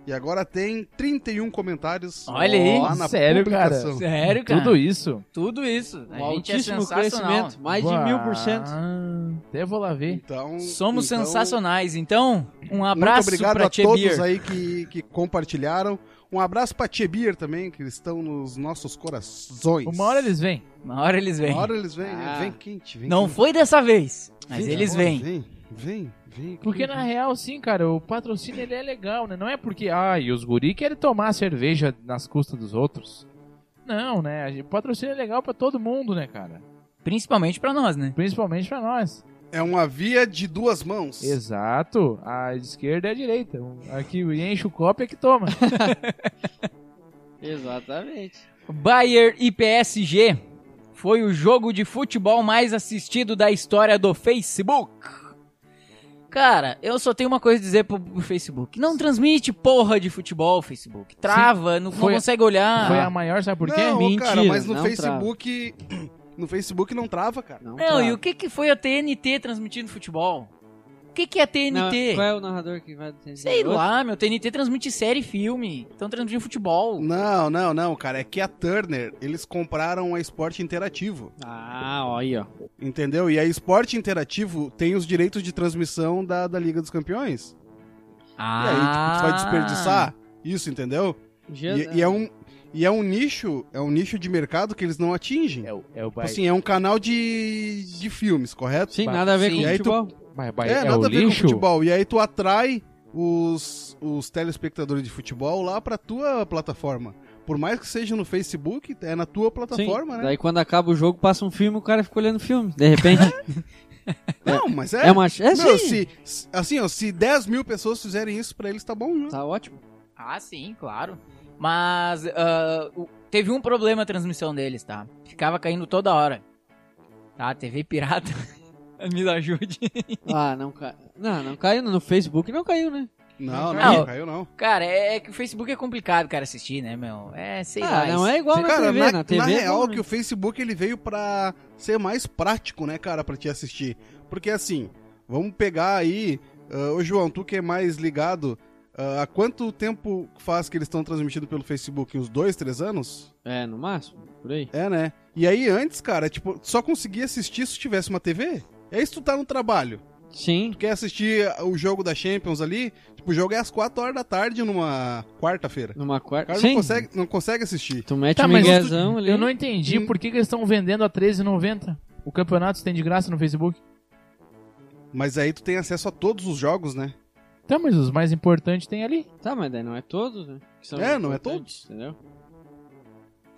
Speaker 3: E agora tem 31 comentários.
Speaker 1: Olha aí.
Speaker 3: lá na
Speaker 4: Sério, cara?
Speaker 3: publicação.
Speaker 1: Sério, cara.
Speaker 4: Tudo isso.
Speaker 1: Tudo isso.
Speaker 2: Um
Speaker 1: A gente é
Speaker 2: altíssimo
Speaker 1: sensacional.
Speaker 2: crescimento, mais de mil por cento.
Speaker 4: Ah, Até vou lá ver.
Speaker 3: Então,
Speaker 1: Somos
Speaker 3: então,
Speaker 1: sensacionais. Então, um abraço
Speaker 3: Muito obrigado
Speaker 1: pra
Speaker 3: a todos
Speaker 1: Tchebir.
Speaker 3: aí que, que compartilharam. Um abraço pra Tchebir também, que eles estão nos nossos corações.
Speaker 4: Uma hora eles vêm.
Speaker 1: Uma hora eles vêm.
Speaker 3: Uma hora eles vêm, né?
Speaker 2: Ah.
Speaker 3: vem quente, vem
Speaker 1: Não
Speaker 3: quente.
Speaker 1: foi dessa vez, mas
Speaker 3: Vem,
Speaker 1: eles
Speaker 3: agora,
Speaker 1: vêm.
Speaker 3: Vem, vem, vem.
Speaker 4: Porque
Speaker 2: Uhum.
Speaker 4: na real, sim, cara, o patrocínio ele é legal, né? Não é porque, ah, e os guri querem tomar cerveja nas custas dos outros. Não, né? A gente- O patrocínio é legal pra todo mundo, né, cara?
Speaker 1: Principalmente pra nós, né?
Speaker 4: Principalmente pra nós.
Speaker 3: É uma via de duas mãos.
Speaker 4: Exato. A esquerda é a direita. Aqui enche o copo é que toma.
Speaker 2: Exatamente.
Speaker 1: Bayern e PSG foi o jogo de futebol mais assistido da história do Facebook. Cara, eu só tenho uma coisa a dizer pro, pro Facebook. Não transmite porra de futebol, Facebook. Trava, não, não
Speaker 4: foi-
Speaker 1: consegue olhar.
Speaker 4: Foi a maior, sabe por quê?
Speaker 3: não,
Speaker 2: Mentira,
Speaker 3: cara, mas no
Speaker 2: não
Speaker 3: Facebook. No Facebook não trava, cara.
Speaker 1: Não,
Speaker 2: Não, tá.
Speaker 1: e o que, que foi a TNT transmitindo futebol? O que, que é a
Speaker 2: Não,
Speaker 1: TNT?
Speaker 2: Qual é o narrador que vai do
Speaker 1: Sei lá, meu. TNT transmite série e filme. Estão transmitindo futebol.
Speaker 3: Não, não, não, cara. É que a Turner, eles compraram a Esporte Interativo.
Speaker 2: Ah, ó aí, ó.
Speaker 3: Entendeu? E a Esporte Interativo tem os direitos de transmissão da, da Liga dos Campeões. E aí,
Speaker 1: Ah.
Speaker 3: tipo, tu vai
Speaker 2: Ah.
Speaker 3: desperdiçar isso, entendeu? E, e é um, e é um nicho, é um nicho de mercado que eles não atingem.
Speaker 4: É o, é o
Speaker 3: Tipo
Speaker 4: Bayern.
Speaker 3: assim, é um canal de, de filmes, correto?
Speaker 2: Sim, nada a ver
Speaker 1: Sim.
Speaker 2: com
Speaker 3: E aí tu-
Speaker 2: futebol.
Speaker 4: Mas
Speaker 3: é,
Speaker 4: Bayern é,
Speaker 3: nada
Speaker 4: o
Speaker 3: a ver com
Speaker 4: lixo.
Speaker 3: futebol. E aí tu atrai os, os telespectadores de futebol lá pra tua plataforma. Por mais que seja no Facebook, é na tua plataforma, né?
Speaker 2: Daí quando acaba o jogo, passa um filme o cara fica olhando o filme. De repente.
Speaker 3: Não, mas é.
Speaker 2: é uma. É sim.
Speaker 3: Meu, se, se- assim, ó, se 10 mil pessoas fizerem isso pra eles, tá bom, né?
Speaker 2: Tá ótimo.
Speaker 1: Ah, sim, claro. Mas ah, o- teve um problema a transmissão deles, tá? Ficava caindo toda hora. Tá, TV pirata. Me ajude.
Speaker 2: Ah, não caiu. Não, não caiu. No Facebook não caiu, né?
Speaker 3: Não, não,
Speaker 1: Não.
Speaker 3: não caiu não.
Speaker 1: Cara, é é que o Facebook é complicado, cara, assistir, né, meu? É, sei lá.
Speaker 2: Ah, não
Speaker 1: isso-
Speaker 2: é igual na
Speaker 3: cara,
Speaker 2: TV.
Speaker 3: na,
Speaker 2: na TV
Speaker 3: na
Speaker 2: é
Speaker 3: real
Speaker 2: bom,
Speaker 3: que o Facebook ele veio pra ser mais prático, né, cara, pra te assistir. Porque assim, vamos pegar aí, ah, ô João, tu que é mais ligado, ah, há quanto tempo faz que eles estão transmitindo pelo Facebook? Uns dois, três anos?
Speaker 2: É, no máximo, por aí.
Speaker 3: É, né? E aí antes, cara, tipo, só conseguia assistir se tivesse uma TV? É isso tu tá no trabalho.
Speaker 2: Sim.
Speaker 3: Tu quer assistir o jogo da Champions ali? Tipo, o jogo é às quatro horas da tarde numa quarta-feira.
Speaker 2: Numa
Speaker 3: O
Speaker 2: quarta.
Speaker 3: cara
Speaker 2: Sim.
Speaker 3: não consegue, não consegue assistir.
Speaker 2: Tu mete
Speaker 4: Tá,
Speaker 2: um
Speaker 4: mas
Speaker 2: miguezão ali.
Speaker 4: Eu não entendi por que, que eles estão vendendo a R$13,90. O campeonato tem de graça no Facebook.
Speaker 3: Mas aí tu tem acesso a todos os jogos, né?
Speaker 4: Tá, mas os mais importantes tem ali.
Speaker 2: Tá, mas daí não é todos, né? Que são
Speaker 3: É, não é
Speaker 2: importantes, Entendeu?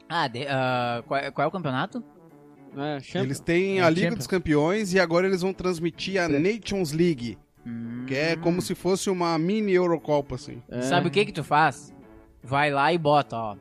Speaker 1: Ah, de- ah, qual, qual é o campeonato?
Speaker 2: É,
Speaker 3: Eles têm
Speaker 4: É,
Speaker 3: a Liga
Speaker 4: Champions.
Speaker 3: dos Campeões e agora eles vão transmitir a Nations League,
Speaker 1: Hum.
Speaker 3: que é
Speaker 4: Hum.
Speaker 3: como se fosse uma mini Eurocopa, assim.
Speaker 2: é,
Speaker 1: Sabe o que que tu faz? Vai lá e bota, ó.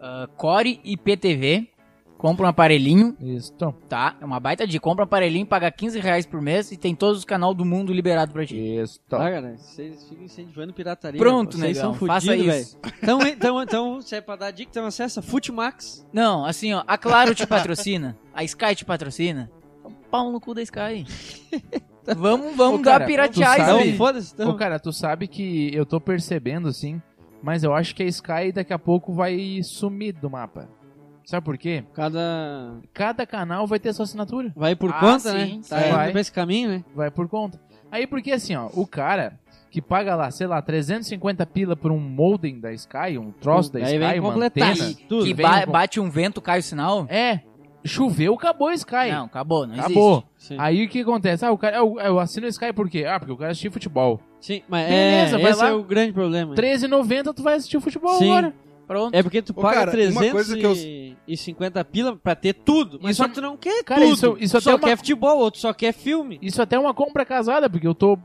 Speaker 1: ah, Core e PTV. Compra um aparelhinho,
Speaker 4: Isso, então.
Speaker 1: tá? É uma baita de compra um aparelhinho, paga 15 reais por mês e tem todos os canais do mundo liberado pra ti.
Speaker 4: Isso,
Speaker 2: Ah, cara, vocês ficam incentivando pirataria.
Speaker 1: Pronto,
Speaker 2: vocês
Speaker 1: negão,
Speaker 2: são
Speaker 1: faça
Speaker 2: fudidos,
Speaker 1: isso.
Speaker 2: velho. Então, então, então, se é pra dar dica, então acessa Futimax.
Speaker 1: Não, assim, ó, a Claro te patrocina, a Sky te patrocina. Pau no cu da Sky. vamos vamos
Speaker 4: Ô,
Speaker 1: dar
Speaker 4: cara,
Speaker 1: piratear
Speaker 4: tu
Speaker 1: isso
Speaker 4: sabe-
Speaker 1: aí.
Speaker 2: Então, foda-se, então.
Speaker 4: Ô, cara, tu sabe que eu tô percebendo, assim, mas eu acho que a Sky daqui a pouco vai sumir do mapa. Sabe por quê?
Speaker 2: Cada.
Speaker 4: Cada canal vai ter sua assinatura.
Speaker 2: Vai por
Speaker 1: Ah,
Speaker 2: conta,
Speaker 1: sim,
Speaker 2: né?
Speaker 1: sim.
Speaker 2: Tá indo
Speaker 4: Vai.
Speaker 2: pra esse caminho, né?
Speaker 4: Vai por conta. Aí porque assim, ó, o cara que paga lá, sei lá, 350 pila por um modem da Sky, um troço da
Speaker 2: Aí
Speaker 4: Sky,
Speaker 2: vem
Speaker 4: uma
Speaker 2: completar
Speaker 4: antena.
Speaker 2: isso tudo.
Speaker 1: que
Speaker 4: vem
Speaker 1: ba-
Speaker 4: com-
Speaker 1: bate um vento, cai o sinal.
Speaker 4: É, choveu, acabou a Sky.
Speaker 1: Não, acabou, não
Speaker 4: acabou.
Speaker 1: existe.
Speaker 2: Sim.
Speaker 4: Aí o que acontece? Ah, o cara, eu, eu assino o Sky por quê? Ah, porque o cara assistiu futebol.
Speaker 2: Sim, mas
Speaker 4: Beleza,
Speaker 2: é,
Speaker 4: vai
Speaker 2: esse
Speaker 4: lá.
Speaker 2: é o grande problema.
Speaker 4: 13,90 tu vai assistir futebol
Speaker 2: Sim.
Speaker 4: agora.
Speaker 1: Pronto.
Speaker 2: É porque tu
Speaker 3: Ô,
Speaker 2: paga
Speaker 3: cara, uma coisa que eu-
Speaker 2: 350 pila pra ter tudo, mas
Speaker 4: Isso- é-
Speaker 2: só que tu não quer
Speaker 4: Cara,
Speaker 2: tudo.
Speaker 4: isso- isso é
Speaker 2: tu só
Speaker 4: até uma-
Speaker 2: quer futebol, outro só quer filme.
Speaker 4: Isso até é uma compra casada, porque eu tô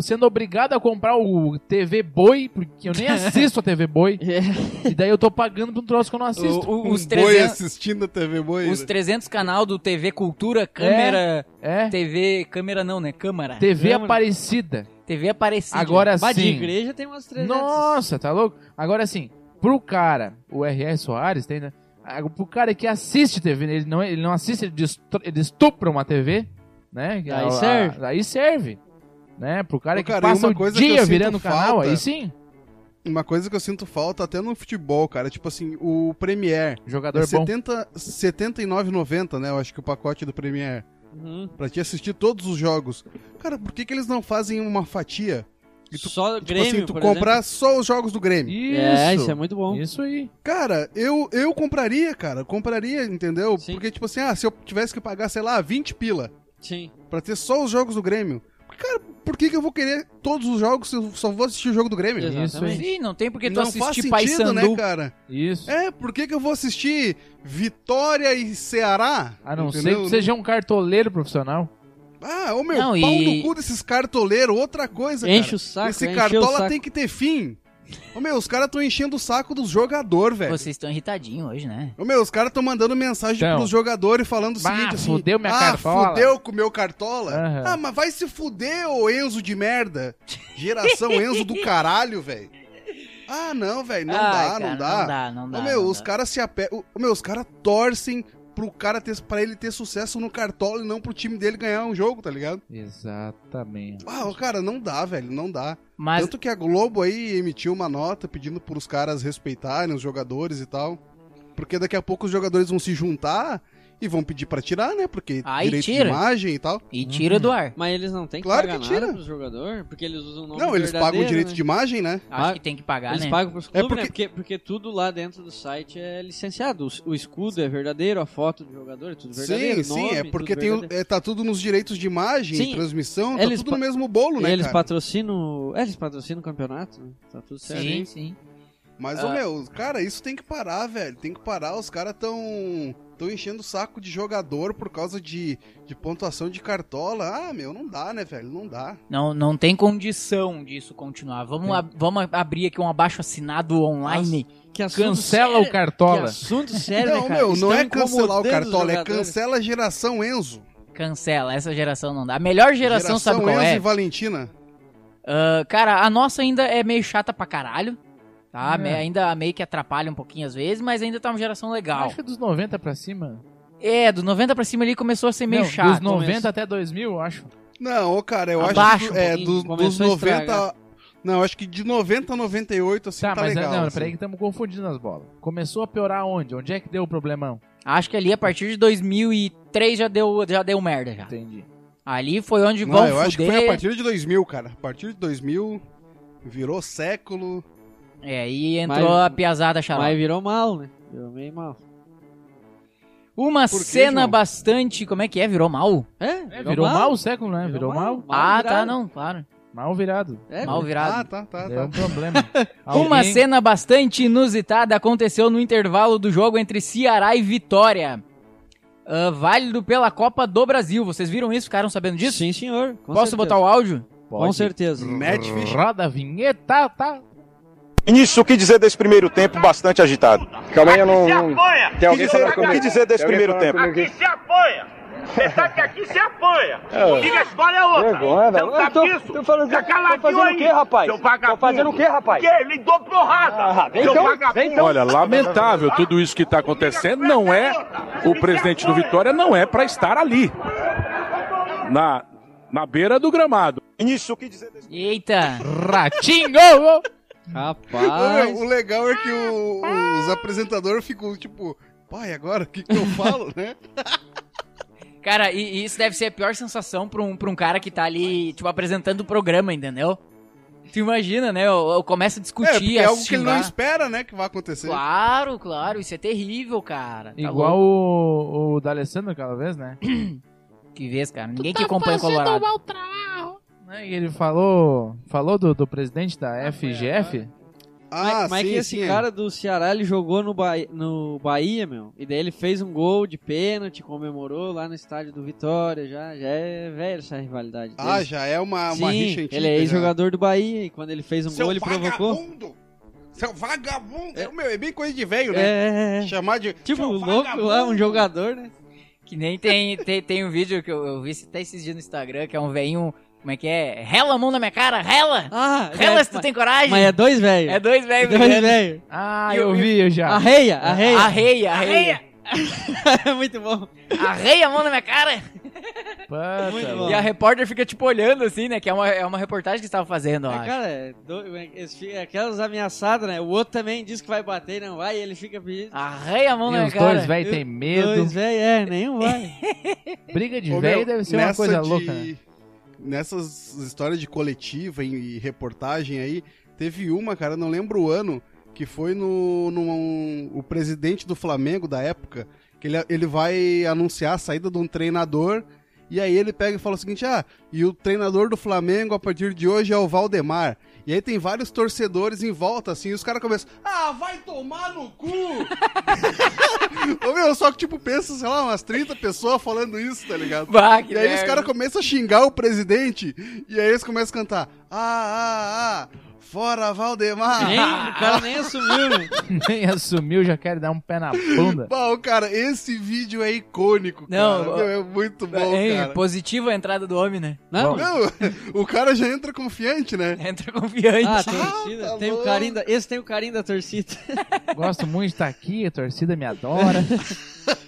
Speaker 4: sendo obrigado a comprar o TV Boi, porque eu nem assisto a TV Boi, e daí eu tô pagando pra um troço que eu não assisto.
Speaker 1: É. O- o- os
Speaker 4: é
Speaker 3: um boi
Speaker 4: assim
Speaker 1: 300
Speaker 3: assistindo a TV Boi.
Speaker 1: Os
Speaker 3: né?
Speaker 1: 300 canal do TV Cultura, câmera,
Speaker 4: É,
Speaker 1: TV, câmera não, né? Câmara. é
Speaker 4: TV
Speaker 2: Lembra?
Speaker 4: Aparecida.
Speaker 1: TV Aparecida.
Speaker 4: Agora
Speaker 2: Mas de
Speaker 4: sim.
Speaker 2: igreja tem umas 300.
Speaker 4: Nossa, tá louco? Agora assim, pro cara, o R.R. Soares tem, né? Ah, Pro cara que assiste TV, ele não, ele não assiste, ele, destru- ele estupra uma TV, né? Que
Speaker 2: Aí
Speaker 4: a- a-
Speaker 2: serve.
Speaker 4: Aí serve. Né? Pro cara
Speaker 3: Ô,
Speaker 4: que
Speaker 3: cara, e
Speaker 4: passa
Speaker 3: uma
Speaker 4: o
Speaker 3: coisa que eu
Speaker 4: dia
Speaker 3: sinto
Speaker 4: virando o canal,
Speaker 3: falta-
Speaker 4: aí sim.
Speaker 3: Uma coisa que eu sinto falta até no futebol, cara, tipo assim, o Premiere.
Speaker 4: Jogador
Speaker 3: É
Speaker 4: bom.
Speaker 3: 70, 79,90, né? Eu acho que o pacote do Premiere.
Speaker 2: Uhum.
Speaker 3: Pra te assistir todos os jogos. Cara, por que, que eles não fazem uma fatia? E tu,
Speaker 2: só
Speaker 3: tipo
Speaker 2: Grêmio,
Speaker 3: assim, tu
Speaker 2: por
Speaker 3: comprar só os jogos do Grêmio.
Speaker 4: Isso.
Speaker 2: exemplo. É, isso é muito bom.
Speaker 4: Isso aí.
Speaker 3: Cara, eu, eu compraria, cara. Compraria, entendeu?
Speaker 2: Sim.
Speaker 3: Porque, tipo assim, ah, se eu tivesse que pagar, sei lá, 20 pila
Speaker 2: Sim.
Speaker 3: pra ter só os jogos do Grêmio. Cara, por que, que eu vou querer todos os jogos se eu só vou assistir o jogo do Grêmio?
Speaker 2: Exatamente.
Speaker 4: Isso aí.
Speaker 1: Sim, não tem porque tu
Speaker 3: Não faz
Speaker 1: assistir
Speaker 3: sentido,
Speaker 1: Paysandu.
Speaker 3: né, cara?
Speaker 4: Isso.
Speaker 3: É, por que, que eu vou assistir Vitória e Ceará?
Speaker 4: A não ser
Speaker 3: Entendeu?
Speaker 4: que seja um cartoleiro profissional.
Speaker 3: Ah, ô meu,
Speaker 1: Não,
Speaker 3: pau
Speaker 1: e-
Speaker 3: no cu desses cartoleiros, outra coisa, cara.
Speaker 2: Enche o saco,
Speaker 3: Esse
Speaker 2: encheu o
Speaker 3: cartola
Speaker 2: saco.
Speaker 3: tem que ter fim. Ô meu, os caras estão enchendo o saco dos jogadores, velho.
Speaker 1: Vocês estão irritadinhos hoje, né?
Speaker 3: Ô meu, os caras estão mandando mensagem
Speaker 4: Então.
Speaker 3: pros jogadores falando o
Speaker 4: Bah,
Speaker 3: seguinte assim.
Speaker 4: fudeu minha
Speaker 3: ah,
Speaker 4: cartola."
Speaker 3: fudeu com o meu cartola?
Speaker 4: Aham.
Speaker 3: Ah, mas vai se fuder, ô Enzo de merda. Geração Enzo do caralho, velho. Ah, não, velho, não,
Speaker 1: Ai,
Speaker 3: dá,
Speaker 1: cara,
Speaker 3: não dá,
Speaker 1: Não dá, não dá.
Speaker 3: Ô meu,
Speaker 1: não
Speaker 3: os
Speaker 1: dá.
Speaker 3: caras se ape... Ô meu, os caras torcem pro cara ter... pra ele ter sucesso no cartola e não pro time dele ganhar um jogo, tá ligado?
Speaker 4: Exatamente.
Speaker 3: Ah, ô, cara, não dá, velho, não dá.
Speaker 1: Mas,
Speaker 3: Tanto que a Globo aí emitiu uma nota pedindo pros caras respeitarem os jogadores e tal. Porque daqui a pouco os jogadores vão se juntar e vão pedir pra tirar, né? Porque
Speaker 1: Aí
Speaker 3: direito
Speaker 1: tira.
Speaker 3: de imagem e tal.
Speaker 1: e tira do ar.
Speaker 2: Mas eles não têm que
Speaker 3: Claro
Speaker 2: pagar
Speaker 3: que tira.
Speaker 2: nada pro jogador, porque eles usam o nome
Speaker 3: não, eles pagam o
Speaker 2: verdadeiro,
Speaker 3: direito
Speaker 2: né?
Speaker 3: de imagem, né?
Speaker 1: Acho
Speaker 2: Mas-
Speaker 1: que tem que pagar,
Speaker 2: Eles
Speaker 1: né?
Speaker 2: pagam pros clubes,
Speaker 3: porque-
Speaker 2: né? Porque, porque tudo lá dentro do site é licenciado. O- O escudo é verdadeiro, a foto do jogador é tudo verdadeiro.
Speaker 3: Sim, sim, é porque tem o- é, tá tudo nos direitos de imagem,
Speaker 2: Sim,
Speaker 3: transmissão, tá
Speaker 2: eles
Speaker 3: tudo
Speaker 2: pa-
Speaker 3: no mesmo bolo, né,
Speaker 2: eles
Speaker 3: cara?
Speaker 2: patrocinam. É, eles patrocinam o campeonato, né? Tá tudo certo.
Speaker 1: Sim, sim.
Speaker 3: Mas,
Speaker 1: Ah.
Speaker 3: ô meu, cara, isso tem que parar, velho. Tem que parar, os caras tão... Tão enchendo o saco de jogador por causa de, de pontuação de cartola. Ah, meu, não dá, né, velho? Não dá.
Speaker 1: Não, não tem condição disso continuar. Vamos, ab- vamos ab- abrir aqui um abaixo assinado online.
Speaker 2: Que assunto
Speaker 4: Cancela o
Speaker 2: sério,
Speaker 4: cartola.
Speaker 2: Que assunto sério,
Speaker 3: não,
Speaker 2: né, cara?
Speaker 3: meu, não
Speaker 2: Estão
Speaker 3: é cancelar o
Speaker 2: incomodando os
Speaker 3: Cartola, é
Speaker 2: jogadores.
Speaker 3: cancela a geração Enzo.
Speaker 1: Cancela, essa geração não dá. A melhor geração, sabe qual
Speaker 3: Enzo
Speaker 1: é?
Speaker 3: e Valentina.
Speaker 1: Ah, cara, a nossa ainda é meio chata pra caralho. Tá?
Speaker 4: É.
Speaker 1: Me- Ainda meio que atrapalha um pouquinho às vezes, mas ainda tá uma geração legal.
Speaker 4: Acho que é dos 90 pra cima.
Speaker 1: É, dos 90 pra cima ali começou a
Speaker 2: É
Speaker 1: ser meio
Speaker 4: Não,
Speaker 1: chato.
Speaker 4: Dos 90
Speaker 1: mesmo.
Speaker 4: até 2000, eu acho.
Speaker 3: Não, ô, cara, eu
Speaker 1: Abaixa
Speaker 3: acho
Speaker 1: um
Speaker 3: que é,
Speaker 2: pouquinho,
Speaker 3: dos, dos
Speaker 2: começou a
Speaker 3: 90.
Speaker 2: estragar.
Speaker 3: Não, acho que de 90 a 98, assim, tá,
Speaker 4: tá, mas é-
Speaker 3: legal.
Speaker 4: não,
Speaker 3: assim.
Speaker 4: peraí que estamos confundindo as bolas. Começou a piorar onde? Onde é que deu o problemão?
Speaker 1: Acho que ali a partir de 2003 já deu, já deu merda já.
Speaker 4: Entendi.
Speaker 1: Ali foi onde
Speaker 3: Não,
Speaker 1: vão
Speaker 3: eu acho que
Speaker 1: fuder.
Speaker 3: foi a partir de 2000, cara. A partir de 2000, virou século.
Speaker 1: É, e entrou
Speaker 2: Mas-
Speaker 1: a piazada xarope.
Speaker 2: Mas virou mal, né? Virou meio mal.
Speaker 1: Uma
Speaker 3: Por quê,
Speaker 1: cena
Speaker 3: João?
Speaker 1: bastante. Como é que é? Virou mal?
Speaker 2: É,
Speaker 4: É, virou, mal? o século, né? Virou, mal? Mal,
Speaker 1: ah, tá,
Speaker 2: virado.
Speaker 1: não, claro.
Speaker 4: virado.
Speaker 2: É,
Speaker 1: mal virado.
Speaker 3: Ah, tá, tá,
Speaker 4: É um
Speaker 3: tá.
Speaker 4: problema.
Speaker 1: Uma
Speaker 4: Alguém-
Speaker 1: cena bastante inusitada aconteceu no intervalo do jogo entre Ceará e Vitória. Ah, válido pela Copa do Brasil. Vocês viram isso? Ficaram sabendo disso?
Speaker 2: Sim, senhor. Com
Speaker 1: Posso
Speaker 2: certeza.
Speaker 1: botar o áudio?
Speaker 2: Com certeza.
Speaker 3: Match fish.
Speaker 4: Roda a vinheta, tá?
Speaker 6: Início, o que dizer desse primeiro tempo bastante agitado?
Speaker 7: Calma aí, eu não. não... Tem
Speaker 6: O
Speaker 7: alguém é falando
Speaker 6: que dizer, o
Speaker 7: comigo.
Speaker 6: que dizer desse
Speaker 7: é? Tem alguém
Speaker 6: primeiro
Speaker 7: falando
Speaker 6: tempo?
Speaker 7: comigo
Speaker 8: Aqui
Speaker 7: aqui.
Speaker 8: se apanha. Você sabe que aqui se apanha.
Speaker 7: É.
Speaker 8: Diga a escola é outra.
Speaker 7: Vergonha,
Speaker 8: Você
Speaker 7: velho.
Speaker 8: não
Speaker 7: Eu
Speaker 8: sabe
Speaker 7: tô-
Speaker 8: disso?
Speaker 7: tô falando-
Speaker 8: Fica
Speaker 7: tô
Speaker 8: caladinho
Speaker 7: fazendo o
Speaker 8: aí,
Speaker 7: quê, rapaz?
Speaker 8: Seu vagabundo.
Speaker 7: Tô fazendo o quê, rapaz?
Speaker 8: Que? Lhe dou porrada.
Speaker 7: Ah, vem
Speaker 8: seu
Speaker 7: então,
Speaker 8: vagabundo.
Speaker 7: vem então.
Speaker 9: Olha, lamentável tudo isso que está acontecendo. Não é o presidente do Vitória, não é para estar ali na, na beira do gramado.
Speaker 7: é?
Speaker 6: Início, o que dizer desse
Speaker 1: Eita!
Speaker 4: Ratinho!
Speaker 3: Ô, meu,
Speaker 2: Rapaz.
Speaker 3: o legal é que o- os apresentadores ficam tipo, pai, agora o que, que eu falo, né?
Speaker 1: Cara, e, e isso deve ser a pior sensação pra um, pra um cara que tá ali, tipo, apresentando o programa, entendeu? Tu imagina, né? Eu, eu começo a
Speaker 3: É,
Speaker 1: discutir,
Speaker 3: porque é
Speaker 1: a
Speaker 3: algo que ele não
Speaker 1: xingar.
Speaker 3: espera, né, que vai acontecer.
Speaker 1: Claro, claro, isso é terrível, cara. Tá
Speaker 4: Igual
Speaker 1: louco.
Speaker 4: o, o da Alessandro aquela vez, né?
Speaker 1: Que vez, cara. Ninguém que acompanha o Colorado.
Speaker 4: Né, e Ele falou, falou do, do presidente da FGF.
Speaker 3: Ah,
Speaker 2: mas, mas
Speaker 3: sim,
Speaker 2: que esse
Speaker 3: sim, é.
Speaker 2: cara do Ceará, ele jogou no, Bahia, no Bahia, meu. E daí ele fez um gol de pênalti, comemorou lá no estádio do Vitória. Já, já é velho essa rivalidade dele.
Speaker 3: Ah, já é uma, uma
Speaker 2: Sim,
Speaker 3: rixa antiga.
Speaker 2: ele é
Speaker 3: já.
Speaker 2: ex-jogador do Bahia e quando ele fez um
Speaker 3: Seu
Speaker 2: gol, ele provocou.
Speaker 3: vagabundo! Seu vagabundo! É, meu, é bem coisa de velho, né?
Speaker 2: É, é, é.
Speaker 3: Chamar de.
Speaker 2: Tipo,
Speaker 3: Seu
Speaker 2: louco lá, um jogador, né?
Speaker 1: Que nem tem, tem, tem um vídeo que eu, eu vi até esses dias no Instagram, que é um veinho. Como é que é? Rela a mão na minha cara, rela!
Speaker 2: Ah,
Speaker 1: Rela
Speaker 2: é,
Speaker 1: se tu
Speaker 2: mas,
Speaker 1: tem coragem!
Speaker 2: mas é dois velhos.
Speaker 1: É dois
Speaker 2: É
Speaker 1: velhos,
Speaker 2: dois velhos.
Speaker 4: Ah,
Speaker 1: E o-
Speaker 4: eu vi eu
Speaker 3: Tá.
Speaker 4: já.
Speaker 2: Arreia,
Speaker 3: Ah.
Speaker 2: arreia.
Speaker 1: Arreia, arreia!
Speaker 2: É muito bom.
Speaker 1: Arreia a mão na minha cara!
Speaker 4: Puta,
Speaker 2: Muito
Speaker 4: mano.
Speaker 2: bom.
Speaker 1: E a repórter fica tipo olhando assim, né? Que é uma, é uma reportagem que estavam fazendo, ó.
Speaker 2: É, cara, é do- é- eles ficam- é aquelas ameaçadas, né? O outro também diz que vai bater e não vai, e ele fica pedindo.
Speaker 1: Arreia a mão
Speaker 4: E
Speaker 1: na minha
Speaker 4: os dois
Speaker 1: né, cara!
Speaker 4: velhos têm medo.
Speaker 2: Dois, velho, é, nenhum vai.
Speaker 4: Briga de
Speaker 3: Ô,
Speaker 4: velho
Speaker 3: meu,
Speaker 4: deve ser uma
Speaker 3: nessa
Speaker 4: coisa
Speaker 3: de-
Speaker 4: louca. né?
Speaker 3: Nessas histórias de coletiva e e reportagem aí, teve uma, cara, não lembro o ano, que foi no. num- o presidente do Flamengo da época, que ele, ele vai anunciar a saída de um treinador. E aí ele pega e fala o seguinte: ah, e o treinador do Flamengo a partir de hoje é o Valdemar. E aí tem vários torcedores em volta, assim, e os caras começam, ah, vai tomar no cu! Ô meu, só que tipo, pensa, sei lá, umas 30 pessoas falando isso, tá ligado?
Speaker 1: Bah, que
Speaker 3: E aí os
Speaker 1: merda.
Speaker 3: caras começam a xingar o presidente, e aí eles começam a cantar, ah, ah, ah, fora Valdemar!
Speaker 2: Nem, o cara nem assumiu, né?
Speaker 4: Nem assumiu, já quer dar um pé na bunda.
Speaker 3: Bom, cara, esse vídeo é icônico,
Speaker 1: Não,
Speaker 3: cara.
Speaker 1: ó,
Speaker 3: Meu, é muito bom,
Speaker 1: Hein,
Speaker 3: cara.
Speaker 1: positiva a entrada do homem, né?
Speaker 2: Não,
Speaker 3: Não, o cara já entra confiante, né?
Speaker 1: Entra confiante.
Speaker 2: ah, a torcida.
Speaker 3: tá
Speaker 2: tem o
Speaker 3: louco.
Speaker 2: carinho da, esse tem o carinho da torcida.
Speaker 4: Gosto muito de estar aqui, a torcida me adora.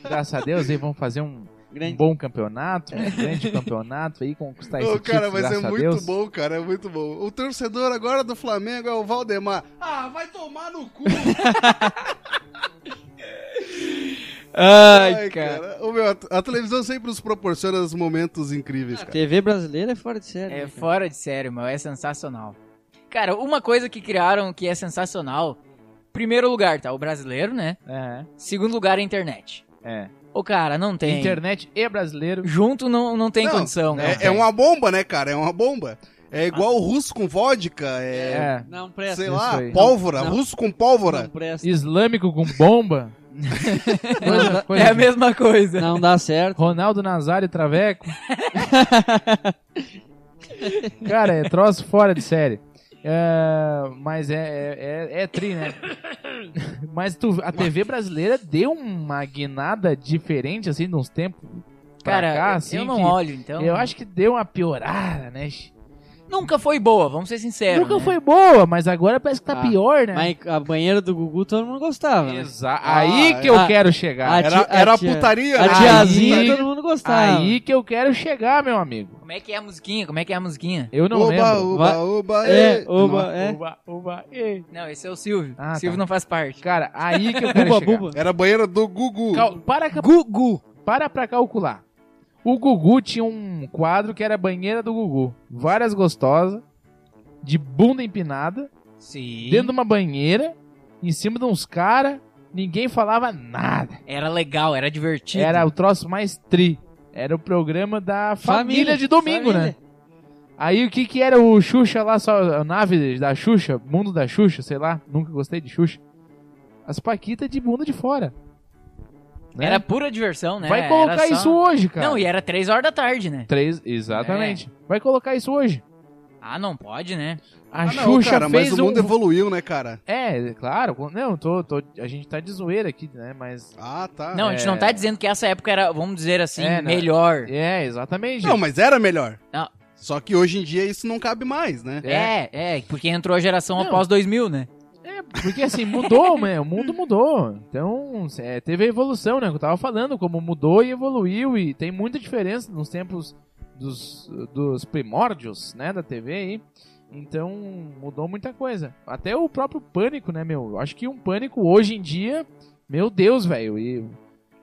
Speaker 4: Graças a Deus, aí vão fazer um, um
Speaker 2: Grande.
Speaker 4: bom campeonato, um grande campeonato aí, conquistar tá esse
Speaker 3: Ô, cara,
Speaker 4: título,
Speaker 3: mas é
Speaker 4: graças a
Speaker 3: muito
Speaker 4: Deus.
Speaker 3: bom, cara, é muito bom. O torcedor agora do Flamengo é o Valdemar. Ah, vai tomar no cu!
Speaker 2: Ai,
Speaker 3: Ai, cara. Ô, meu, a, a televisão sempre nos proporciona os momentos incríveis,
Speaker 2: A
Speaker 3: cara.
Speaker 2: TV brasileira é fora de série.
Speaker 1: É
Speaker 2: né, cara?
Speaker 1: fora de sério, meu. É sensacional. Cara, uma coisa que criaram que é sensacional. Primeiro lugar, tá? O brasileiro, né?
Speaker 4: É,
Speaker 1: Segundo lugar, a internet.
Speaker 4: é.
Speaker 1: O cara, não tem.
Speaker 4: Internet e brasileiro.
Speaker 1: Junto não, não tem
Speaker 3: Não,
Speaker 1: condição, né?
Speaker 3: É, é uma bomba, né, cara? É uma bomba. É igual o russo com vodka, é.
Speaker 4: É.
Speaker 2: Não presta.
Speaker 3: sei
Speaker 4: isso
Speaker 3: lá,
Speaker 4: aí.
Speaker 3: pólvora.
Speaker 2: Não.
Speaker 3: Russo com pólvora.
Speaker 2: Não presta.
Speaker 4: Islâmico com bomba. coisa, coisa
Speaker 1: É a
Speaker 4: de-
Speaker 1: mesma coisa.
Speaker 2: Não dá certo.
Speaker 4: Ronaldo Nazário Traveco. Cara, é troço fora de série. É, mas é, é, é- é tri, né? Mas tu, a TV brasileira deu uma guinada diferente, assim, de uns tempos pra
Speaker 1: cara,
Speaker 4: cá,
Speaker 1: eu-
Speaker 4: assim.
Speaker 1: eu não
Speaker 4: que
Speaker 1: olho, então.
Speaker 4: Eu acho que deu uma piorada, né?
Speaker 1: Nunca foi boa, vamos ser sinceros.
Speaker 4: Nunca
Speaker 1: né?
Speaker 4: foi boa, mas agora parece que tá
Speaker 2: Ah,
Speaker 4: pior, né?
Speaker 2: Mas a banheira do Gugu todo mundo gostava. né?
Speaker 4: Exa
Speaker 3: Ah,
Speaker 4: aí que eu
Speaker 2: ah,
Speaker 4: quero chegar.
Speaker 2: a
Speaker 3: Era,
Speaker 2: tia-
Speaker 3: era
Speaker 2: a tia-
Speaker 3: putaria,
Speaker 2: A
Speaker 3: né?
Speaker 2: tiazinha
Speaker 4: Aí-
Speaker 2: todo mundo gostava.
Speaker 4: Aí que eu quero chegar, meu amigo.
Speaker 1: Como é que é a musiquinha? Como é que é a musiquinha?
Speaker 4: Eu não
Speaker 3: oba,
Speaker 4: lembro.
Speaker 3: oba,
Speaker 2: Vai-
Speaker 3: oba,
Speaker 2: É,
Speaker 3: ê.
Speaker 2: oba, é.
Speaker 4: Uba, uba, ei.
Speaker 1: Não, esse é o Silvio.
Speaker 4: Ah,
Speaker 1: Silvio
Speaker 4: tá.
Speaker 1: não faz parte.
Speaker 4: Cara, aí que eu quero
Speaker 2: Buba,
Speaker 4: chegar.
Speaker 2: buba.
Speaker 3: Era a banheira do Gugu.
Speaker 4: Cal- para, ca- Gugu. Para pra calcular. O Gugu tinha um quadro que era a banheira do Gugu. Várias gostosas, de bunda empinada,
Speaker 1: Sim.
Speaker 4: dentro de uma banheira, em cima de uns caras, ninguém falava nada.
Speaker 1: Era legal, era divertido.
Speaker 4: Era o troço mais tri. Era o programa da família, de domingo, né? Aí o que que era o Xuxa lá, só a nave da Xuxa, mundo da Xuxa, sei lá, nunca gostei de Xuxa. As paquitas de bunda de fora. né?
Speaker 1: Era pura diversão, né?
Speaker 4: Vai
Speaker 1: Era
Speaker 4: colocar
Speaker 1: só-
Speaker 4: isso hoje, cara.
Speaker 1: Não, e é era três horas da tarde, né?
Speaker 4: Três, exatamente. Vai colocar isso hoje.
Speaker 1: Ah, não pode, né?
Speaker 4: A
Speaker 3: Ah, não,
Speaker 4: Xuxa
Speaker 3: cara,
Speaker 4: fez
Speaker 3: mas o mundo
Speaker 4: um...
Speaker 3: evoluiu, né, cara?
Speaker 4: É, claro. com- Não, tô, tô- a gente tá de zoeira aqui, né? Mas...
Speaker 3: Ah, tá.
Speaker 1: Não, a gente não tá dizendo que essa época era, vamos dizer assim,
Speaker 4: É, não.
Speaker 1: melhor.
Speaker 4: É, exatamente.
Speaker 3: Não, mas era melhor.
Speaker 1: Não.
Speaker 4: Ah.
Speaker 3: Só que hoje em dia isso não cabe mais, né?
Speaker 1: É. é, porque entrou a geração
Speaker 4: Não.
Speaker 1: após 2000, né?
Speaker 4: É, porque assim, mudou, né? O mundo mudou. Então, é, teve a evolução, né? Que eu tava falando, como mudou e evoluiu. E tem muita diferença nos tempos dos, dos primórdios, né? Da TV aí. Então, mudou muita coisa. Até o próprio pânico, né, meu? Eu Acho que um pânico hoje em dia, meu Deus, velho. e-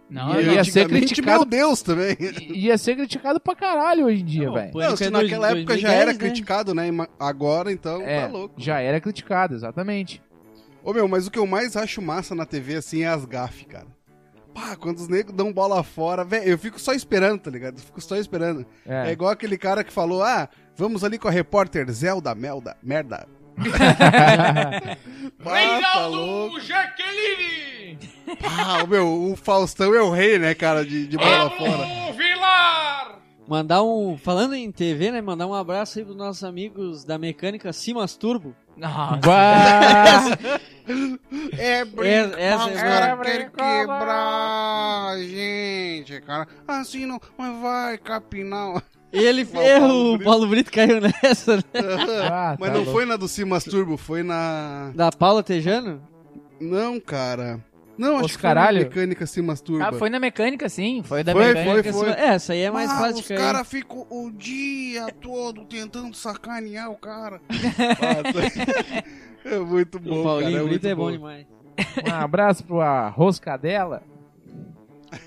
Speaker 1: Não,
Speaker 4: E
Speaker 1: não.
Speaker 4: aí, Ah, ia ser
Speaker 3: antigamente,
Speaker 4: criticado-
Speaker 3: Meu Deus, também.
Speaker 4: e- Ia ser criticado pra caralho hoje em dia,
Speaker 2: Não,
Speaker 4: velho.
Speaker 2: Pânico
Speaker 3: Não, se
Speaker 2: é dois-
Speaker 3: naquela época já
Speaker 2: 2010,
Speaker 3: era
Speaker 2: né?
Speaker 3: criticado, né? ima- Agora, então,
Speaker 4: É,
Speaker 3: tá louco.
Speaker 4: já era criticado, exatamente.
Speaker 3: Ô, meu, mas o que eu mais acho massa na TV, assim, é as gafes, cara. Pá, quando os negros dão bola fora, velho, eu fico só esperando, tá ligado? Eu fico só esperando. É.
Speaker 4: É.
Speaker 3: igual aquele cara que falou, ah, vamos ali com a repórter Zelda Melda, merda. Pá, tá louco.
Speaker 9: Jaqueline!
Speaker 3: Pá, ô, meu, o Faustão é o rei, né, cara, de, de bola fora.
Speaker 9: Vilar!
Speaker 2: Mandar um. Falando em TV, né? Mandar um abraço aí pros nossos amigos da mecânica Simas Turbo.
Speaker 1: Nossa.
Speaker 4: Bah!
Speaker 3: É
Speaker 2: brinco, essa- os cara
Speaker 4: é quer brinco, quebrar
Speaker 3: a gente, cara. Assim não, mas vai capinar.
Speaker 2: Ele
Speaker 3: Não, o Paulo
Speaker 2: ferrou, o
Speaker 3: Brito.
Speaker 2: Paulo Brito caiu nessa, né?
Speaker 4: Ah,
Speaker 3: mas
Speaker 4: tá
Speaker 3: não
Speaker 4: louco.
Speaker 3: foi na do Simas Turbo, foi na...
Speaker 2: Da Paula Tejano?
Speaker 3: Não, cara. Não, acho
Speaker 4: Os
Speaker 3: que
Speaker 4: caralho.
Speaker 3: foi na mecânica Simas Turbo.
Speaker 1: Ah, foi na mecânica, sim. Foi da
Speaker 3: Foi,
Speaker 1: mecânica.
Speaker 3: foi,
Speaker 2: Fica
Speaker 3: foi.
Speaker 2: acima- É, essa aí é mais
Speaker 3: Ah,
Speaker 2: prática.
Speaker 3: Os
Speaker 2: aí.
Speaker 3: caras ficam o dia todo tentando sacanear o cara. Ah, tá- é muito
Speaker 2: O
Speaker 3: bom,
Speaker 2: Paulinho
Speaker 3: cara. É muito
Speaker 2: Brito é bom,
Speaker 3: bom.
Speaker 2: demais.
Speaker 4: Um abraço pro a Roscadela.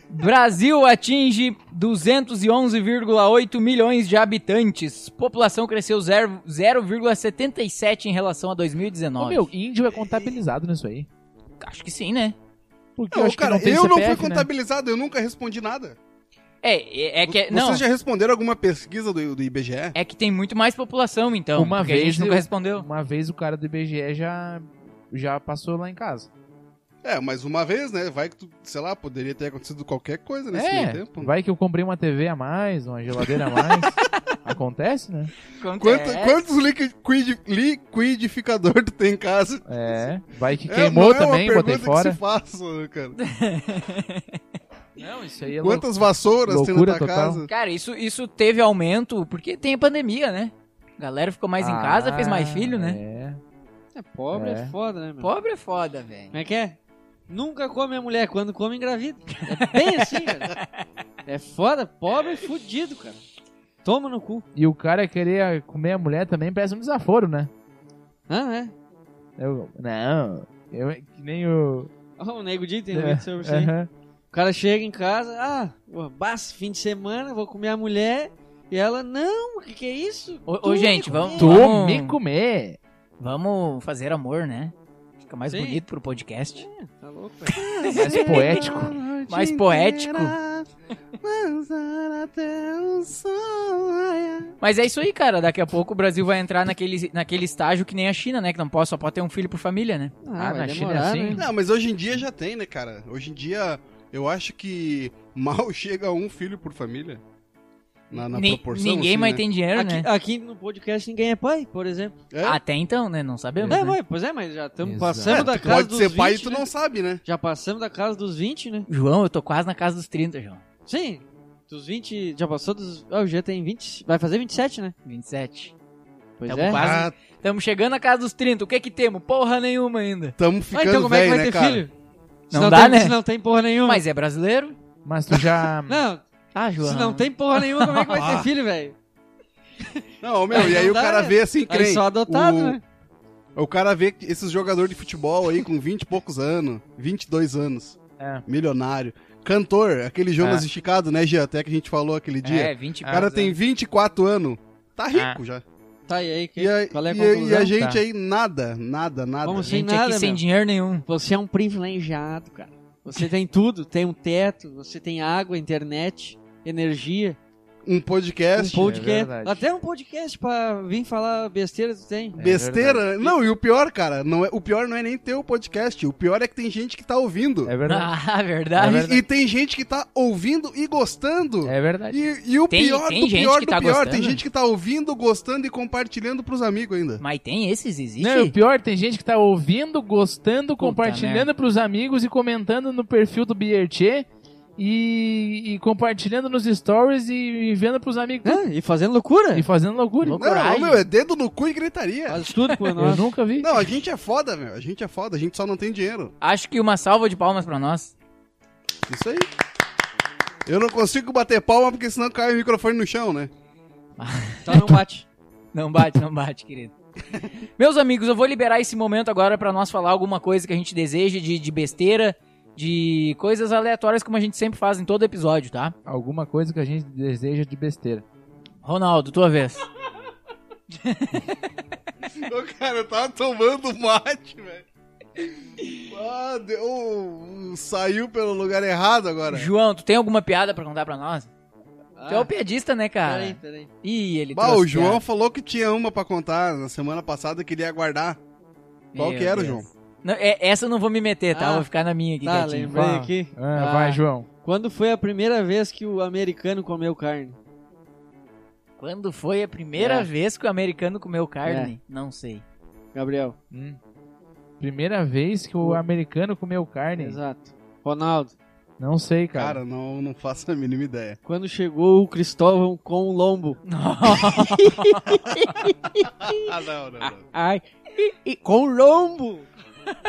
Speaker 1: Brasil atinge 211,8 milhões de habitantes. População cresceu zero- 0,77 em relação a
Speaker 4: Ô,
Speaker 1: 2019.
Speaker 4: meu, índio é contabilizado nisso aí.
Speaker 1: Acho que sim, né?
Speaker 4: Porque eu
Speaker 3: Não,
Speaker 4: acho
Speaker 3: cara,
Speaker 4: que não tem
Speaker 3: eu não fui
Speaker 4: CPF, né?
Speaker 3: contabilizado, eu nunca respondi nada.
Speaker 1: É, é, é que
Speaker 3: Vocês
Speaker 1: não.
Speaker 3: já responderam alguma pesquisa do, do IBGE?
Speaker 1: É que tem muito mais população, então.
Speaker 4: Uma
Speaker 1: porque a
Speaker 4: vez
Speaker 1: gente nunca
Speaker 4: eu-
Speaker 1: respondeu.
Speaker 4: Uma vez o cara do IBGE já, já passou lá em casa.
Speaker 3: É, mas uma vez, né? Vai que tu, sei lá, poderia ter acontecido qualquer coisa nesse meio
Speaker 4: é,
Speaker 3: tempo.
Speaker 4: vai que eu comprei uma TV a mais, uma geladeira a mais. Acontece, né?
Speaker 3: Quanto-
Speaker 1: Acontece.
Speaker 3: quantos liquid, liquidificador tu tem em casa?
Speaker 4: É, vai que
Speaker 3: É, não
Speaker 4: queimou
Speaker 3: é uma
Speaker 4: também, botei
Speaker 3: pergunta
Speaker 4: fora.
Speaker 3: Que se faça, né, cara.
Speaker 4: Não, isso aí é
Speaker 3: Quantas vassouras tem na
Speaker 4: Loucura
Speaker 3: tua
Speaker 4: total.
Speaker 3: casa?
Speaker 1: Cara, isso, isso teve aumento porque tem a pandemia, né? A galera ficou mais em
Speaker 4: Ah,
Speaker 1: casa, fez mais filho, né?
Speaker 2: É pobre, é,
Speaker 4: É.
Speaker 2: foda, né, meu?
Speaker 1: Pobre é foda, velho.
Speaker 2: Como é que é? Nunca come a mulher, quando come engravida. É bem assim, cara. É foda, pobre e fudido, cara. Toma no cu.
Speaker 4: E o cara querer comer a mulher também parece um desaforo, né?
Speaker 2: Ah, é.
Speaker 4: Eu- não, eu que nem o.
Speaker 2: Ó, o Nego Di tem um
Speaker 4: É,
Speaker 2: vídeo sobre isso aí.
Speaker 4: aham.
Speaker 2: O cara chega em casa, ah, pô, basta, fim de semana, vou comer a mulher. E ela, não, o que, que é isso?
Speaker 1: Ô,
Speaker 2: Tu
Speaker 1: ô,
Speaker 2: me
Speaker 1: gente,
Speaker 2: comeu."
Speaker 1: vamos-
Speaker 4: Tu
Speaker 1: Vamos-
Speaker 4: me comer!
Speaker 1: Vamos fazer amor, né? Fica mais
Speaker 2: Sim.
Speaker 1: bonito pro podcast.
Speaker 2: Tá louco, velho.
Speaker 4: Mais poético.
Speaker 1: Mais poético. Mas é isso aí, cara. Daqui a pouco o Brasil vai entrar naquele, naquele estágio que nem a China, né? Que não pode, só pode ter um filho por família, né?
Speaker 4: Ah,
Speaker 2: vai
Speaker 4: na China é
Speaker 2: demorar,
Speaker 4: assim?
Speaker 2: né?
Speaker 3: Não, mas hoje em dia já tem, né, cara? Hoje em dia, eu acho que mal chega a um filho por família. Na, na
Speaker 1: Ni-
Speaker 3: proporção.
Speaker 1: ninguém
Speaker 3: assim,
Speaker 1: mais
Speaker 3: né?
Speaker 1: tem dinheiro, né?
Speaker 2: Aqui, aqui no podcast ninguém é pai, por exemplo.
Speaker 3: É?
Speaker 1: Até então, né? Não sabemos.
Speaker 2: É,
Speaker 1: né?
Speaker 2: vai, pois é, mas já estamos
Speaker 4: Exato.
Speaker 3: É,
Speaker 2: passando da
Speaker 3: tu
Speaker 2: casa
Speaker 3: pode
Speaker 2: dos
Speaker 3: ser
Speaker 2: 20,
Speaker 3: pai e tu
Speaker 2: né?
Speaker 3: não sabe, né?
Speaker 2: Já passamos da casa dos 20, né?
Speaker 1: João, eu tô quase na casa dos 30, João.
Speaker 2: Sim, dos 20, já passou dos... Ah, o Jean tem 20, vai fazer 27, né?
Speaker 1: 27.
Speaker 2: Pois
Speaker 1: Tamo
Speaker 2: é.
Speaker 1: quase-
Speaker 3: Ah,
Speaker 1: Tamo chegando na casa dos 30. O que que temos? Porra nenhuma ainda.
Speaker 3: tamo
Speaker 2: Ah,
Speaker 3: ficando
Speaker 2: então como é que
Speaker 3: velho,
Speaker 2: vai
Speaker 3: né,
Speaker 2: ter
Speaker 3: cara?
Speaker 2: filho? Se
Speaker 1: Não dá,
Speaker 2: tem,
Speaker 1: né?
Speaker 2: Se não tem porra nenhuma.
Speaker 1: Mas é brasileiro?
Speaker 4: Mas tu
Speaker 3: Hum.
Speaker 4: já.
Speaker 2: Não,
Speaker 1: Ah, João.
Speaker 2: se não tem porra nenhuma, como é que
Speaker 3: Ah.
Speaker 2: vai ter filho, velho?
Speaker 3: Não, meu, e aí
Speaker 2: Não
Speaker 3: o
Speaker 2: dá,
Speaker 3: cara
Speaker 2: né?
Speaker 3: vê assim,
Speaker 2: Aí
Speaker 3: crente.
Speaker 2: só adotado,
Speaker 3: o,
Speaker 2: né?
Speaker 3: o cara vê que esses jogadores de futebol aí com 20 e poucos anos, 22 anos,
Speaker 4: É.
Speaker 3: milionário. Cantor, aquele Jonas
Speaker 4: É.
Speaker 3: esticado, né, Gia? Até que a gente falou aquele dia.
Speaker 1: É, 20
Speaker 3: o cara tem 24 anos, tá rico já.
Speaker 2: Tá, e aí, Ah, que,
Speaker 3: E a,
Speaker 2: qual é a
Speaker 3: e a- e a
Speaker 2: conclusão?
Speaker 3: gente
Speaker 4: Tá.
Speaker 3: aí, nada, nada, nada.
Speaker 2: Vamos sem
Speaker 1: Gente,
Speaker 2: nada,
Speaker 1: aqui sem
Speaker 2: meu.
Speaker 1: dinheiro nenhum.
Speaker 2: Você é um privilegiado, cara. Você tem tudo, tem um teto, você tem água, internet, energia,
Speaker 3: Um
Speaker 2: um
Speaker 3: podcast.
Speaker 2: podcast.
Speaker 4: verdade.
Speaker 2: até um podcast pra vir falar besteira, tu tem.
Speaker 4: É
Speaker 3: Besteira.
Speaker 4: verdade.
Speaker 3: não, e o pior, cara, não é, o pior não é nem ter o podcast. O pior é que tem gente que tá ouvindo.
Speaker 4: É verdade.
Speaker 1: Ah,
Speaker 3: E-
Speaker 1: verdade.
Speaker 3: e, tem gente que tá ouvindo e gostando.
Speaker 4: É verdade.
Speaker 3: E, e o
Speaker 1: Tem-
Speaker 3: pior
Speaker 1: tem
Speaker 3: do
Speaker 1: gente
Speaker 3: pior
Speaker 1: que
Speaker 3: do
Speaker 1: tá
Speaker 3: pior, tem
Speaker 1: gostando?
Speaker 3: gente que tá ouvindo, gostando e compartilhando pros amigos ainda.
Speaker 1: Mas tem esses? Existe?
Speaker 4: Não, o pior, tem gente que tá ouvindo, gostando,
Speaker 1: Puta
Speaker 4: compartilhando pros amigos e comentando no perfil do Biertchê e, e compartilhando nos stories e, e vendo pros amigos
Speaker 2: Ah, e fazendo loucura?
Speaker 4: e fazendo loucura.
Speaker 3: Não, não, meu, é dedo no cu e gritaria.
Speaker 2: Faz tudo por
Speaker 4: Eu
Speaker 2: nós.
Speaker 4: nunca vi.
Speaker 3: Não, a gente é foda, meu. A gente é foda, a gente só não tem dinheiro.
Speaker 1: Acho que uma salva de palmas pra nós.
Speaker 3: Isso aí. Eu não consigo bater palma porque senão cai o microfone no chão, né?
Speaker 2: Então não bate.
Speaker 1: Não bate, não bate, querido. Meus amigos, eu vou liberar esse momento agora pra nós falar alguma coisa que a gente deseja de, de besteira, de coisas aleatórias como a gente sempre faz em todo episódio, tá?
Speaker 4: Alguma coisa que a gente deseja de besteira.
Speaker 1: Ronaldo, tua vez.
Speaker 3: Ô, cara, eu tava tomando um mate, velho. Ah, deu... Saiu pelo lugar errado agora.
Speaker 1: João, tu tem alguma piada pra contar pra nós? Tu é
Speaker 2: Então,
Speaker 1: o piadista, né, cara?
Speaker 2: Ah, peraí, peraí.
Speaker 1: Ih, ele
Speaker 3: Bah,
Speaker 1: trouxe
Speaker 3: o João
Speaker 1: piada.
Speaker 3: falou que tinha uma pra contar na semana passada que ele ia guardar. Qual
Speaker 1: Meu
Speaker 3: que era,
Speaker 1: Deus.
Speaker 3: João?
Speaker 1: Não, é- essa eu não vou me meter, tá?
Speaker 2: Ah,
Speaker 1: vou ficar na minha aqui,
Speaker 2: Tá,
Speaker 1: quietinho.
Speaker 2: lembrei
Speaker 4: Fala.
Speaker 2: aqui.
Speaker 4: Ah,
Speaker 1: Ah.
Speaker 4: Vai, João.
Speaker 2: Quando foi a primeira vez que o americano comeu carne?
Speaker 1: Quando foi a primeira
Speaker 2: É.
Speaker 1: vez que o americano comeu carne? Não sei.
Speaker 2: Gabriel.
Speaker 4: Hum. Primeira vez que o americano comeu carne.
Speaker 2: Exato. Ronaldo.
Speaker 4: Não sei, cara.
Speaker 3: Cara, não, não faço a mínima ideia.
Speaker 2: Quando chegou o Cristóvão com o lombo.
Speaker 3: Ah, não, não, não.
Speaker 2: Ai. E, e com lombo.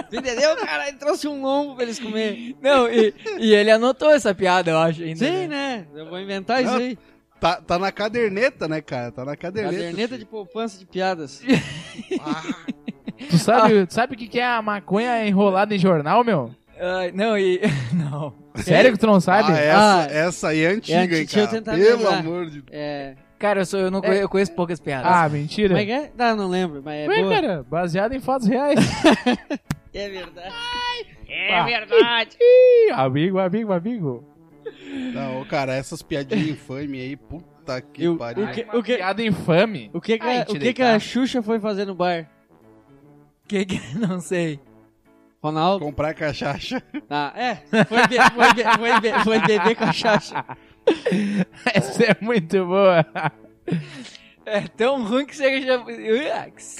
Speaker 2: Tu Entendeu, cara? Ele trouxe um lombo pra eles comer.
Speaker 1: Não, e, e ele anotou essa piada, eu acho. Ainda,
Speaker 2: Sim, né? Eu vou inventar isso
Speaker 3: Não,
Speaker 2: aí.
Speaker 3: Tá, tá na caderneta, né, cara? Tá na caderneta.
Speaker 2: Caderneta de poupança de piadas.
Speaker 3: Ah,
Speaker 4: Tu sabe, tu sabe o que, que é a maconha enrolada em jornal, meu?
Speaker 1: Ai, não, e. Não.
Speaker 4: Sério que tu não sabe?
Speaker 3: ah, essa,
Speaker 2: Ah,
Speaker 3: essa aí é antiga,
Speaker 2: antiga,
Speaker 3: hein,
Speaker 2: deixa eu
Speaker 3: cara?
Speaker 2: tentar
Speaker 3: Pelo
Speaker 2: lembrar.
Speaker 3: amor de Deus.
Speaker 2: É.
Speaker 1: Cara, eu, sou, eu, não conheço, eu conheço poucas piadas.
Speaker 4: Ah, mentira.
Speaker 2: Como é que é? Ah, não lembro, mas é
Speaker 4: Ué,
Speaker 2: boa.
Speaker 4: cara, baseado em fatos reais.
Speaker 2: É verdade.
Speaker 4: É verdade. amigo, amigo, amigo.
Speaker 3: Não, cara, essas piadinhas infames aí, puta que
Speaker 2: Eu-
Speaker 3: pariu.
Speaker 2: o que-
Speaker 4: Uma piada infame.
Speaker 2: O que, que,
Speaker 4: Ai,
Speaker 2: a,
Speaker 4: te
Speaker 2: o que, que
Speaker 4: deitar.
Speaker 2: a Xuxa foi fazer no bar?
Speaker 1: Que que- não sei.
Speaker 2: Ronaldo?
Speaker 3: Comprar cachaça.
Speaker 2: Ah, é. Foi, be- foi, be- foi, be- foi beber com a Xaxa.
Speaker 4: Essa é muito boa.
Speaker 1: É tão ruim que chega, já-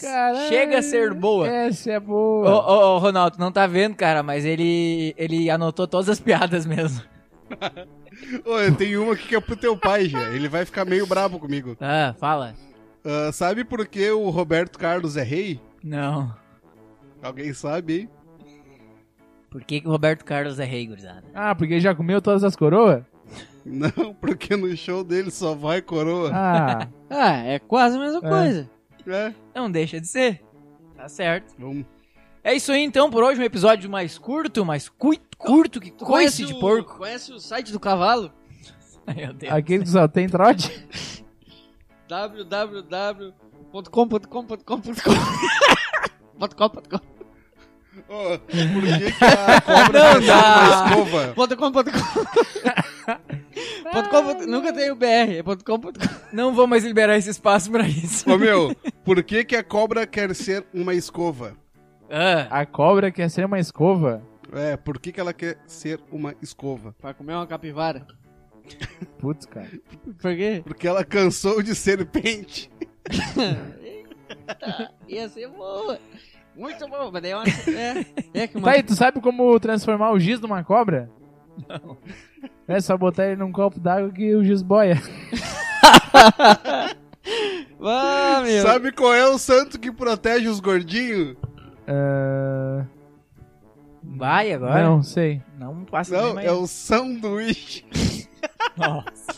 Speaker 4: Caralho.
Speaker 1: chega a ser boa.
Speaker 4: Essa é
Speaker 1: Ô,
Speaker 4: boa.
Speaker 1: ô, ô, Ronaldo, não tá vendo, cara, mas ele, ele anotou todas as piadas mesmo.
Speaker 3: Ô, eu tenho uma aqui que é pro teu pai, já. Ele vai ficar meio brabo comigo.
Speaker 1: Ah, fala.
Speaker 3: Ah, sabe por que o Roberto Carlos é rei?
Speaker 1: Não.
Speaker 3: Alguém sabe, hein?
Speaker 1: Por que, que o Roberto Carlos é rei, gurizada?
Speaker 4: Ah, porque já comeu todas as coroas?
Speaker 3: Não, porque no show dele só vai coroa.
Speaker 4: Ah,
Speaker 2: Ah, é quase a mesma coisa.
Speaker 3: É,
Speaker 1: Não deixa de ser. Tá certo.
Speaker 3: vamos.
Speaker 1: É isso aí então por hoje, um episódio mais curto, mais cui- curto que
Speaker 2: Tu
Speaker 1: coice
Speaker 2: conhece
Speaker 1: de
Speaker 2: o-
Speaker 1: porco.
Speaker 2: Conhece o site do cavalo?
Speaker 1: Meu Deus.
Speaker 4: aquele que só tem trote?
Speaker 2: www.com.com.com.com
Speaker 3: Ô, por que, que a cobra
Speaker 1: Não
Speaker 3: tá
Speaker 1: dá.
Speaker 3: na escova?
Speaker 2: Nunca tem o BR, é ponto .com, ponto .com.
Speaker 1: Não vou mais liberar esse espaço pra isso.
Speaker 3: Ô meu, por que, que a cobra quer ser uma escova?
Speaker 1: Ah,
Speaker 4: A cobra quer ser uma escova.
Speaker 3: É, por que, que ela quer ser uma escova?
Speaker 2: Pra comer uma capivara.
Speaker 4: Putz, cara.
Speaker 2: Por quê?
Speaker 3: Porque ela cansou de serpente.
Speaker 2: Ia ser boa. Muito boa, mas daí é uma... É, é que uma...
Speaker 4: Tá aí, tu sabe como transformar o giz numa cobra? Não. É só botar ele num copo d'água que o giz boia.
Speaker 2: Ah, meu.
Speaker 3: Sabe qual é o santo que protege os gordinhos?
Speaker 4: Ah,
Speaker 1: Vai agora?
Speaker 4: não, sei.
Speaker 1: Não assim, né, passa nem
Speaker 3: Não,
Speaker 1: mais.
Speaker 3: é o sanduíche.
Speaker 1: Nossa.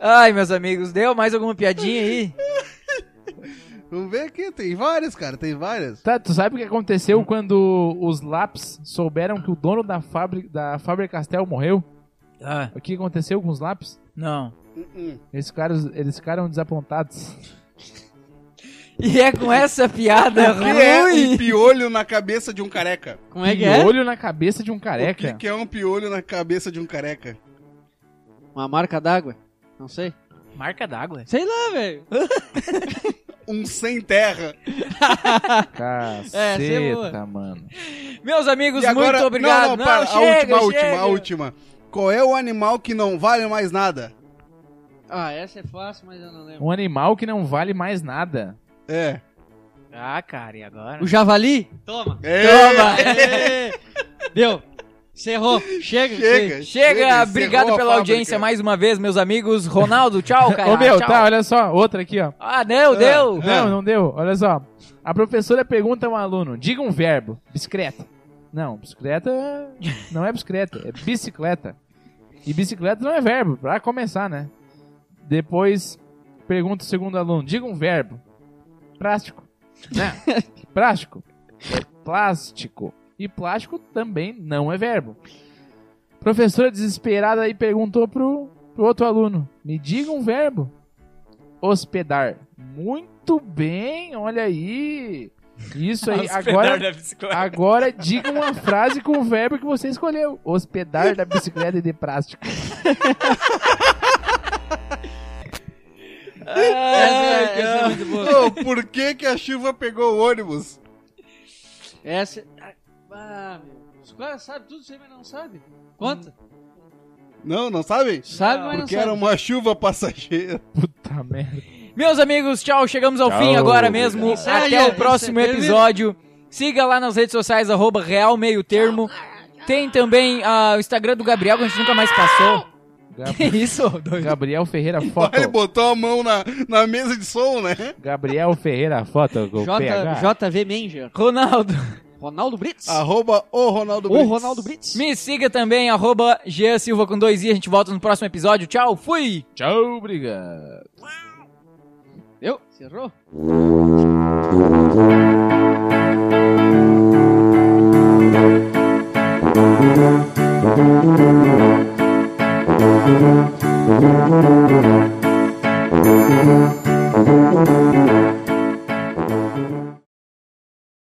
Speaker 1: Ai, meus amigos, deu mais alguma piadinha aí?
Speaker 3: Vamos ver aqui, tem várias, cara, tem várias.
Speaker 4: Tá, tu sabe o que aconteceu quando os Laps souberam que o dono da fábrica da Faber Castell morreu?
Speaker 1: Ah,
Speaker 4: O que aconteceu com os Laps?
Speaker 1: não.
Speaker 4: Eles ficaram, eles ficaram desapontados.
Speaker 1: E é com essa piada
Speaker 3: O que é um
Speaker 1: ruim.
Speaker 3: piolho na cabeça de um careca?
Speaker 2: Como é que
Speaker 4: E
Speaker 2: é?
Speaker 4: olho na cabeça de um
Speaker 3: O
Speaker 4: careca.
Speaker 3: que que é um piolho na cabeça de um careca?
Speaker 2: Uma marca d'água? Não sei.
Speaker 3: é.
Speaker 1: Marca d'água.
Speaker 2: Sei lá, Ah, velho.
Speaker 3: Um sem terra.
Speaker 2: É, sei boa.
Speaker 4: Caceta, mano.
Speaker 1: Meus amigos,
Speaker 3: E agora...
Speaker 1: muito obrigado.
Speaker 3: Não, não, para. a
Speaker 1: chega,
Speaker 3: última, a última,
Speaker 1: chega.
Speaker 3: a última. Qual é o animal que não vale mais nada?
Speaker 2: Ah, essa é fácil, mas eu não lembro.
Speaker 4: Um animal que não vale mais nada.
Speaker 3: É.
Speaker 1: Ah, cara, e agora?
Speaker 2: O javali? Toma.
Speaker 3: É.
Speaker 2: Toma. Deu. Cerrou. Chega.
Speaker 3: Chega,
Speaker 1: Chega, obrigado
Speaker 3: encerrou a
Speaker 1: pela audiência
Speaker 3: fábrica.
Speaker 1: mais uma vez, meus amigos. Ronaldo, tchau, cara.
Speaker 4: Ô meu,
Speaker 1: tchau.
Speaker 4: tá, olha só, outra aqui, ó.
Speaker 1: Ah, não, deu.
Speaker 4: Não, não deu. Olha só. A professora pergunta ao aluno: diga um verbo. Bicicleta. Não, bicicleta não é bicicleta, é bicicleta. E bicicleta não é verbo, pra começar, né? Depois pergunta o segundo aluno: diga um verbo. Plástico. Não, plástico. É plástico. E plástico também não é verbo. Professora desesperada aí perguntou pro, pro outro aluno: me diga um verbo hospedar. Muito bem, olha aí. Isso aí, agora, agora diga uma frase com o verbo que você escolheu. Hospedar da bicicleta e de plástico.
Speaker 1: Ai,
Speaker 2: Essa, essa é muito boa.
Speaker 3: Ô, por que que a chuva pegou o ônibus?
Speaker 2: Essa... Ah, meu. Os caras sabem tudo isso aí, mas não sabem. Conta.
Speaker 3: Não, não sabem?
Speaker 2: Sabe, mas Hum. não
Speaker 3: Porque
Speaker 2: sabe.
Speaker 3: era uma chuva passageira.
Speaker 4: Puta Tá merda.
Speaker 1: Meus amigos, tchau. Chegamos ao
Speaker 9: Tchau,
Speaker 1: fim agora
Speaker 9: obrigado.
Speaker 1: mesmo.
Speaker 2: Isso aí,
Speaker 1: Até o
Speaker 2: isso
Speaker 1: próximo
Speaker 2: aí, beleza?
Speaker 1: episódio. Siga lá nas redes sociais, arroba Real Meio Termo. Tem também ah, o Instagram do Gabriel, que a gente nunca mais passou. Que
Speaker 4: Gab-
Speaker 1: isso, doido?
Speaker 4: Gabriel Ferreira Foto.
Speaker 3: Ele botou a mão na, na mesa de som, né?
Speaker 4: Gabriel Ferreira Foto.
Speaker 3: um
Speaker 4: com PH.
Speaker 2: J, JV Manger.
Speaker 1: Ronaldo.
Speaker 2: Ronaldo Brits.
Speaker 3: Arroba o Ronaldo
Speaker 2: o
Speaker 3: Ah, Brits.
Speaker 2: Ronaldo Brits.
Speaker 1: Me siga também, arroba Jean Silva com dois i. A gente volta no próximo episódio. Tchau, fui!
Speaker 4: Tchau, obrigado.
Speaker 2: Deu. Cerrou.
Speaker 5: Tchau.